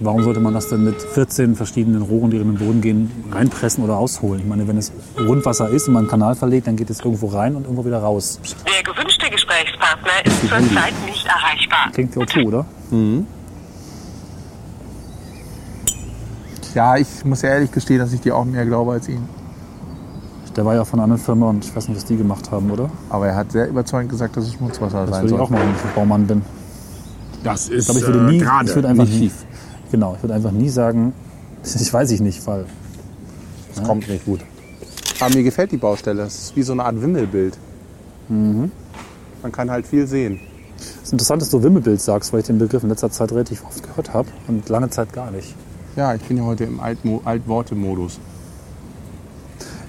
B: warum sollte man das denn mit 14 verschiedenen Rohren, die in den Boden gehen, reinpressen oder ausholen? Ich meine, wenn es Rundwasser ist und man einen Kanal verlegt, dann geht es irgendwo rein und irgendwo wieder raus.
E: Der gewünschte Gesprächspartner ist zurzeit nicht erreichbar.
B: Klingt CO2, oder?
A: Ja, ich muss ja ehrlich gestehen, dass ich dir auch mehr glaube als ihn.
B: Der war ja von einer anderen Firma und ich weiß nicht, was die gemacht haben, oder?
A: Aber er hat sehr überzeugend gesagt, dass es Schmutzwasser
B: Das
A: sein
B: würde ich
A: soll.
B: auch machen, wenn ich ein Baumann bin.
A: Das ist äh,
B: Aber ich würde nie, ich würde einfach
A: nicht
B: nie, Genau, ich würde einfach nie sagen, ich weiß ich nicht, weil
A: Das kommt nicht gut. Aber Ah, mir gefällt die Baustelle. Es ist wie so eine Art Wimmelbild. Mhm. Man kann halt viel sehen.
B: es ist interessant, dass du Wimmelbild sagst, weil ich den Begriff in letzter Zeit relativ oft gehört habe und lange Zeit gar nicht.
A: Ja, ich bin ja heute im Altmo Altworte-Modus.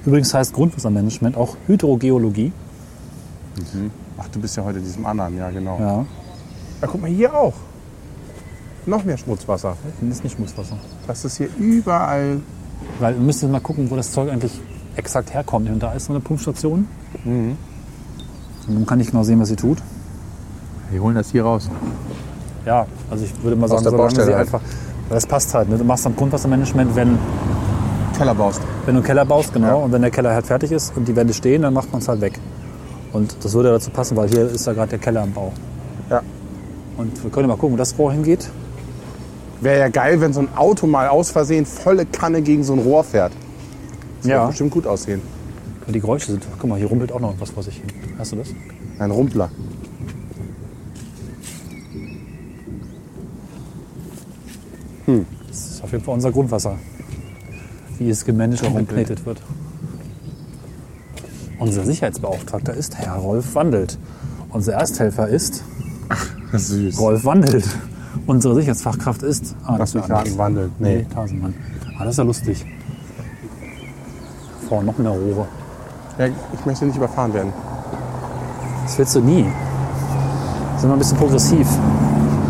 B: Übrigens heißt Grundwassermanagement auch Hydrogeologie.
A: Ach, du bist ja heute diesem anderen, ja genau.
B: Ja,
A: Da guck mal hier auch. Noch mehr Schmutzwasser.
B: das ist nicht Schmutzwasser.
A: Das ist hier überall.
B: Weil wir müssen jetzt mal gucken, wo das Zeug eigentlich exakt herkommt. Und da ist so eine Pumpstation.
A: Mhm.
B: Und dann kann ich genau sehen, was sie tut.
A: Wir holen das hier raus.
B: Ja, also ich würde mal sagen,
A: der Baustelle
B: sie
A: halt.
B: einfach. Weil das passt halt. Ne? Du machst am Grundwassermanagement, wenn,
A: Keller baust.
B: wenn du einen Keller baust, genau.
A: Ja.
B: Und wenn der Keller halt fertig ist und die Wände stehen, dann macht man es halt weg. Und das würde dazu passen, weil hier ist ja gerade der Keller am Bau.
A: Ja.
B: Und wir können mal gucken, wo das Rohr hingeht.
A: Wäre ja geil, wenn so ein Auto mal aus Versehen volle Kanne gegen so ein Rohr fährt. Das
B: Ja.
A: wird bestimmt gut aussehen.
B: Die Geräusche sind. Guck mal, hier rumpelt auch noch was vor sich hin. Hast du das?
A: Ein Rumpler.
B: Das ist auf jeden Fall unser Grundwasser. Wie es gemanagt und geplätet wird. Unser Sicherheitsbeauftragter ist Herr Rolf Wandelt. Unser Ersthelfer ist
A: Süß.
B: Rolf Wandelt. Unsere Sicherheitsfachkraft ist. Ah,
A: Lass
B: das
A: mich
B: ist ja
A: raten, wandelt.
B: Nee,
A: Nee.
B: Tausendmann. Ah, das ist ja lustig. Vorne noch eine Rohre.
A: Ja, ich möchte nicht überfahren werden.
B: Das willst du nie. Sind wir ein bisschen progressiv.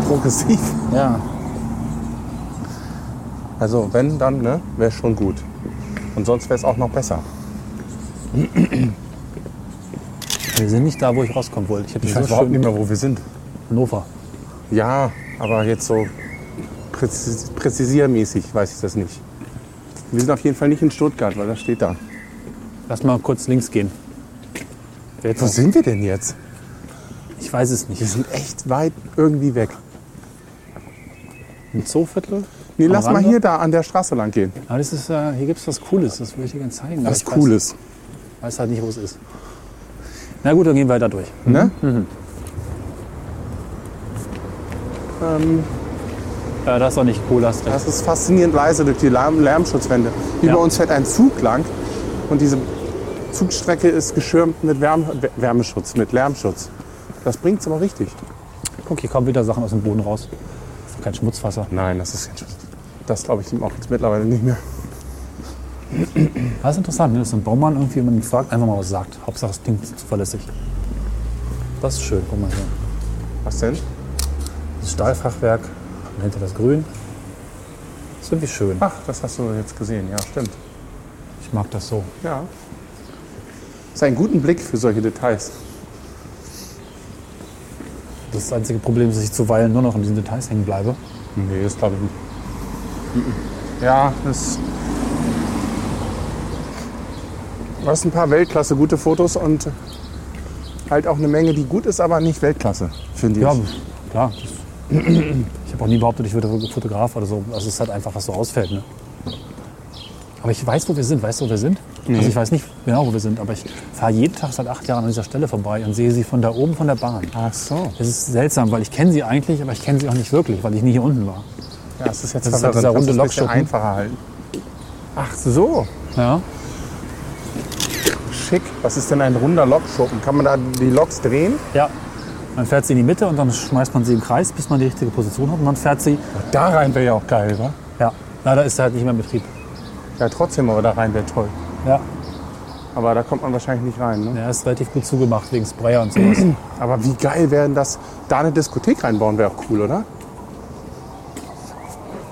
A: Progressiv.
B: Ja.
A: Also wenn, dann, ne, wäre schon gut. Und sonst wäre es auch noch besser.
B: Wir sind nicht da, wo ich rauskommen wollte. Ich hätte
A: Ich
B: so
A: weiß überhaupt
B: schön
A: nicht mehr, wo wir sind.
B: Hannover.
A: Ja, aber jetzt so präzis präzisiermäßig weiß ich das nicht. Wir sind auf jeden Fall nicht in Stuttgart, weil das steht da.
B: Lass mal kurz links gehen. Wer
A: Wo sind wir denn jetzt?
B: Ich weiß es nicht.
A: Wir sind echt weit irgendwie weg.
B: Ein Zooviertel?
A: Nee,
B: Am
A: lass mal
B: Rande?
A: hier da an der Straße lang gehen.
B: Aber das ist, äh, hier gibt es was Cooles, das würde ich dir gerne zeigen.
A: Was
B: Aber ich
A: Cooles.
B: Weiß, weiß halt nicht, wo es ist. Na gut, dann gehen wir da durch.
A: Ne? Ähm,
B: Äh, das ist auch nicht cool, hast recht.
A: das ist faszinierend leise durch die Lärm Lärmschutzwände. Über
B: Ja.
A: uns fährt ein Zug lang und diese Zugstrecke ist geschirmt mit Wärm Wär- Wärmeschutz, mit Lärmschutz. Das bringt's aber richtig.
B: Guck, hier kommen wieder Sachen aus dem Boden raus. Das ist doch kein Schmutzwasser. Ah,
A: Nein, das ist kein Schutz. Das glaube ich ihm auch jetzt mittlerweile nicht mehr.
B: Das ist interessant, ne? dass ein Baumann irgendwie wenn man ihn fragt, einfach mal was sagt. Hauptsache, das klingt zuverlässig. Das ist schön, guck mal hier.
A: Was denn?
B: Das Stahlfachwerk, und hinter das Grün. Das ist irgendwie schön.
A: Ach, das hast du jetzt gesehen. Ja, stimmt.
B: Ich mag das so.
A: Ja. Ist ein guten Blick für solche Details.
B: Das einzige Problem ist, dass ich zuweilen nur noch an diesen Details hängen bleibe.
A: Nee, das glaube ich nicht. Ja, das. Du hast ein paar Weltklasse gute Fotos und halt auch eine Menge, die gut ist, aber nicht Weltklasse, finde ich.
B: Ja, klar. Das ich habe auch nie behauptet, ich würde Fotograf oder so. Also es ist halt einfach, was so ausfällt. Ne? Aber ich weiß, wo wir sind. Weißt du, wo wir sind? Also ich weiß nicht genau, wo wir sind, aber ich fahre jeden Tag seit acht Jahren an dieser Stelle vorbei und sehe sie von da oben von der Bahn.
A: Ach so.
B: Das ist seltsam, weil ich kenne sie eigentlich, aber ich kenne sie auch nicht wirklich, weil ich nie hier unten war.
A: Ja, das ist jetzt
B: Das ist
A: verwirrend.
B: halt dieser runde
A: Kannst du es ein bisschen
B: Lokschuppen.
A: einfacher halten. Ach so,
B: Ja?
A: schick. Was ist denn ein runder Lokschuppen? Kann man da die Loks drehen?
B: Ja. Man fährt sie in die Mitte und dann schmeißt man sie im Kreis, bis man die richtige Position hat und dann fährt sie.
A: Da rein wäre ja auch geil, wa?
B: Ja. Leider ist sie halt nicht mehr in Betrieb.
A: Ja, trotzdem, aber da rein wäre toll.
B: Ja.
A: Aber da kommt man wahrscheinlich nicht rein, ne?
B: Er ist relativ gut zugemacht wegen Sprayer und sowas.
A: Aber wie geil wäre denn das? Da eine Diskothek reinbauen wäre auch cool, oder?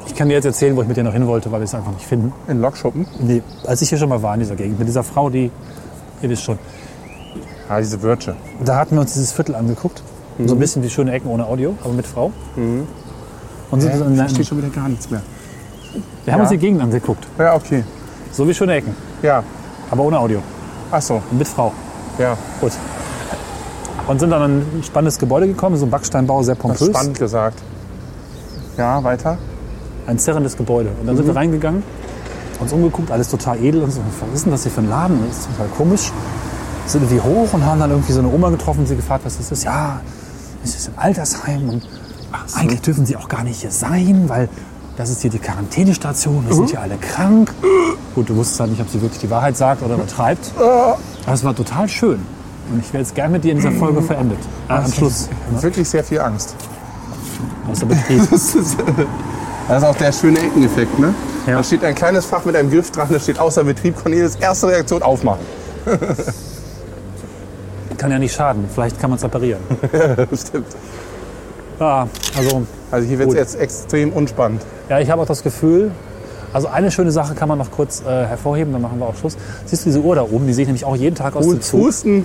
B: Ich kann dir jetzt erzählen, wo ich mit dir noch hin wollte, weil wir es einfach nicht finden.
A: In Lokschuppen?
B: Nee, als ich hier schon mal war in dieser Gegend, mit dieser Frau, die, ihr wisst schon,
A: Ja, diese Wirtsche.
B: da hatten wir uns dieses Viertel angeguckt.
A: Mhm.
B: So ein bisschen wie schöne Ecken ohne Audio, aber mit Frau. Und sind dann,
A: Verstehe schon wieder gar nichts mehr.
B: wir haben uns die Gegend angeguckt.
A: Ja, okay.
B: So wie schöne Ecken,
A: Ja.
B: aber ohne Audio.
A: Ach so.
B: Und mit Frau.
A: Ja.
B: Gut. Und sind dann an ein spannendes Gebäude gekommen, so ein Backsteinbau, sehr
A: Das
B: pompös.
A: ist spannend gesagt. Ja, weiter.
B: ein zerrendes Gebäude. Und dann sind wir reingegangen, uns umgeguckt, alles total edel und so. Was ist denn das hier für ein Laden? Das ist total komisch. Sind irgendwie hoch und haben dann irgendwie so eine Oma getroffen und sie gefragt, was das ist. Ja, es ist ein Altersheim und eigentlich dürfen sie auch gar nicht hier sein, weil das ist hier die Quarantänestation, wir sind hier alle krank. Gut, du wusstest halt nicht, ob sie wirklich die Wahrheit sagt oder übertreibt. Aber es war total schön. Und ich wäre jetzt gern mit dir in dieser Folge verendet. Ah, am Schluss. Ne?
A: Wirklich sehr viel Angst.
B: Außer Betrieb.
A: Das ist, das ist auch der schöne Eckeneffekt, ne?
B: Ja.
A: Da steht ein kleines Fach mit einem Griff dran, da steht außer Betrieb. Cornelis, erste Reaktion aufmachen.
B: Kann ja nicht schaden. Vielleicht kann man es reparieren.
A: Stimmt.
B: Ja, also
A: Also hier wird es
B: Gut.
A: jetzt extrem unspannend.
B: Ja, ich habe auch das Gefühl, also eine schöne Sache kann man noch kurz äh, hervorheben, dann machen wir auch Schluss. Siehst du diese Uhr da oben? Die sehe ich nämlich auch jeden Tag aus dem
A: Und
B: Zug.
A: Husten.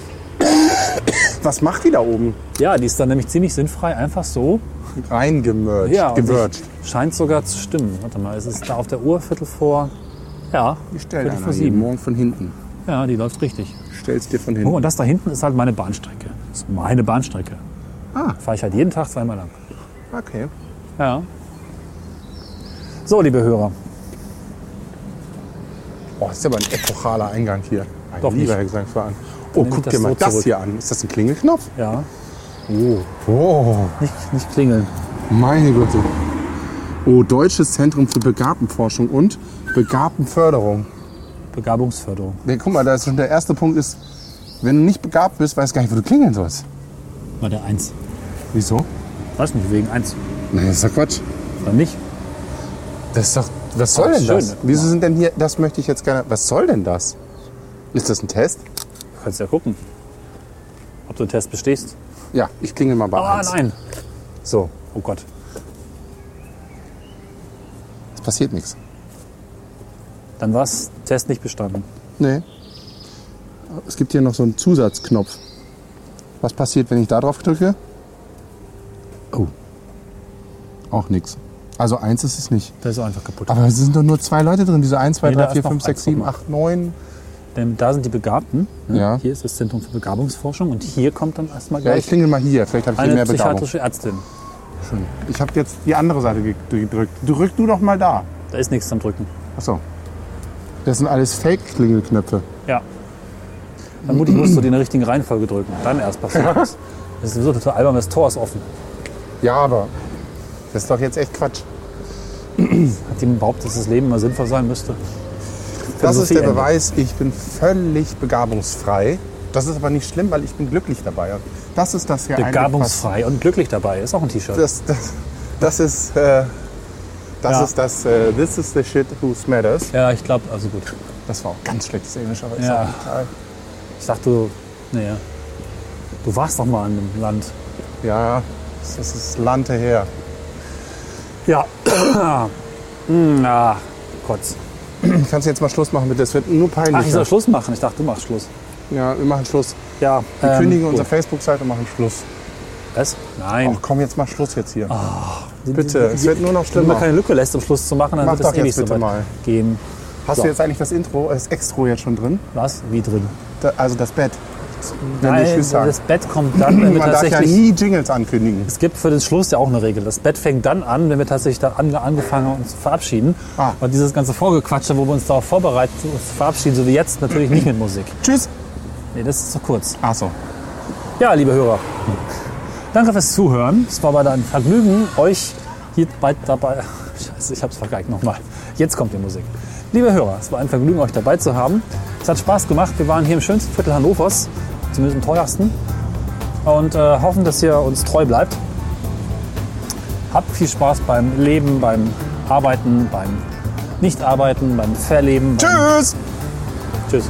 A: Was macht die da oben?
B: Ja, die ist dann nämlich ziemlich sinnfrei, einfach so.
A: Reingemerged.
B: Ja, und
A: gemerged.
B: sich- scheint sogar zu stimmen. Warte mal, es ist da auf der Uhr Viertel vor. Ja,
A: Ich stell
B: Viertel
A: einer
B: vor
A: jeden
B: sieben.
A: Morgen von hinten.
B: Ja, die läuft richtig.
A: Stell's dir von
B: Oh,
A: hinten.
B: und das da hinten ist halt meine Bahnstrecke. Das ist meine Bahnstrecke.
A: Ah.
B: Fahre ich halt jeden Tag zweimal lang.
A: Oh. Okay.
B: Ja. So, liebe Hörer.
A: Boah, das Oh, ist aber ein epochaler Eingang hier. Mein
B: Doch
A: lieber
B: nicht.
A: Herr Gesangsverein. Oh,
B: nimmt
A: guck
B: das
A: dir mal
B: so
A: das
B: zurück.
A: hier an. Ist das ein Klingelknopf?
B: Ja.
A: Oh,
B: Nicht, nicht klingeln.
A: meine Güte. Oh, Deutsches Zentrum für Begabtenforschung und Begabtenförderung.
B: Begabungsförderung.
A: Ja, guck mal, da ist schon der erste Punkt ist, wenn du nicht begabt bist, weißt du gar nicht, wo du klingeln sollst.
B: War der eins.
A: Wieso?
B: Weiß nicht, wegen eins.
A: Nein, das ist doch Quatsch.
B: Oder nicht?
A: Das ist doch, was soll
B: Ach,
A: denn
B: schön.
A: das? Wieso sind denn hier, das möchte ich jetzt gerne, was soll denn das? Ist das ein Test?
B: Du kannst ja gucken, ob du den Test bestehst.
A: Ja, ich klingel mal bei
B: Ah,
A: eins.
B: nein.
A: So,
B: Oh Gott.
A: es passiert nichts.
B: Dann war es Test nicht bestanden.
A: Nee. Es gibt hier noch so einen Zusatzknopf. Was passiert, wenn ich da drauf drücke? Oh. Auch nichts. Also eins ist es nicht.
B: Das ist einfach kaputt.
A: Aber es sind doch nur zwei Leute drin. Diese 1, 2,
B: Nee, da
A: 3,
B: ist
A: 4,
B: noch
A: 5, 6,
B: eins,
A: 7,
B: guck
A: 8, 9.
B: Denn da sind die Begabten. ne?
A: Ja.
B: Hier ist das Zentrum für Begabungsforschung und hier kommt dann erstmal
A: Ja, ich
B: gleich
A: klingel mal hier. Vielleicht habe ich hier
B: eine
A: mehr Begabung.
B: psychiatrische Ärztin.
A: Schön. Ich habe jetzt die andere Seite ge- gedrückt. Drück du doch mal da.
B: Da ist nichts zum Drücken.
A: Achso. Das sind alles Fake-Klingelknöpfe.
B: Ja. Vermutlich musst du die in der richtigen Reihenfolge drücken. Dann erst passiert das. Das ist sowieso total albern, das Tor ist offen.
A: Ja, aber das ist doch jetzt echt Quatsch.
B: Hat jemand behauptet, dass das Leben immer sinnvoll sein müsste?
A: Das ist der
B: Philosophieende.
A: Beweis, ich bin völlig begabungsfrei. Das ist aber nicht schlimm, weil ich bin glücklich dabei. Und das ist das hier
B: Begabungsfrei und glücklich dabei. Ist auch ein T-Shirt.
A: Das, das, das ist, äh, das,
B: Ja.
A: ist das äh, This is the shit who matters.
B: Ja, ich glaube, also gut.
A: Das war auch ganz schlechtes Englisch, aber ist
B: Ja.
A: auch total.
B: Ich dachte, du, naja, du warst doch mal an dem Land.
A: Ja, das ist das Land her.
B: Ja. Hm, ah, Kotz.
A: Kannst du jetzt mal Schluss machen mit das wird nur peinlich.
B: Ach, ich soll Schluss machen. Ich dachte, du machst Schluss.
A: ja, wir machen Schluss.
B: Ja.
A: Wir kündigen
B: Ähm, gut.
A: unsere Facebook-Seite und machen Schluss.
B: Was? Nein.
A: Ach komm, jetzt mach Schluss jetzt hier.
B: Ah.
A: bitte, es wird nur
B: Wenn
A: noch
B: man
A: schlimmer.
B: keine Lücke lässt, um Schluss zu machen, dann
A: Mach
B: wird es
A: doch
B: ewig
A: jetzt
B: so
A: bitte
B: weit
A: mal.
B: gehen.
A: Hast
B: So.
A: du jetzt eigentlich das Intro, das Extro jetzt schon drin?
B: Was? Wie drin?
A: Da, also das Bett. Wenn die
B: Nein,
A: Tschüss sagen.
B: das Bett kommt dann, wenn wir
A: Man darf ja
B: tatsächlich...
A: nie Jingles ankündigen.
B: Es gibt für den Schluss ja auch eine Regel. Das Bett fängt dann an, wenn wir tatsächlich da ange angefangen haben, uns zu verabschieden.
A: Ah.
B: Und dieses ganze Vorgequatsche, wo wir uns darauf vorbereiten, uns zu verabschieden, so wie jetzt, natürlich nicht mit Musik.
A: Tschüss.
B: Nee, das ist zu kurz.
A: Ach so.
B: Ja, liebe Hörer, danke fürs Zuhören. Es war wieder ein Vergnügen, euch hier bei dabei. Scheiße, ich hab's vergeigt nochmal. Jetzt kommt die Musik. Liebe Hörer, es war ein Vergnügen, euch dabei zu haben. Es hat Spaß gemacht. Wir waren hier im schönsten Viertel Hannovers, zumindest im teuersten. Und äh, hoffen, dass ihr uns treu bleibt. Habt viel Spaß beim Leben, beim Arbeiten, beim Nichtarbeiten, beim Verleben. Beim
A: Tschüss.
B: Tschüss.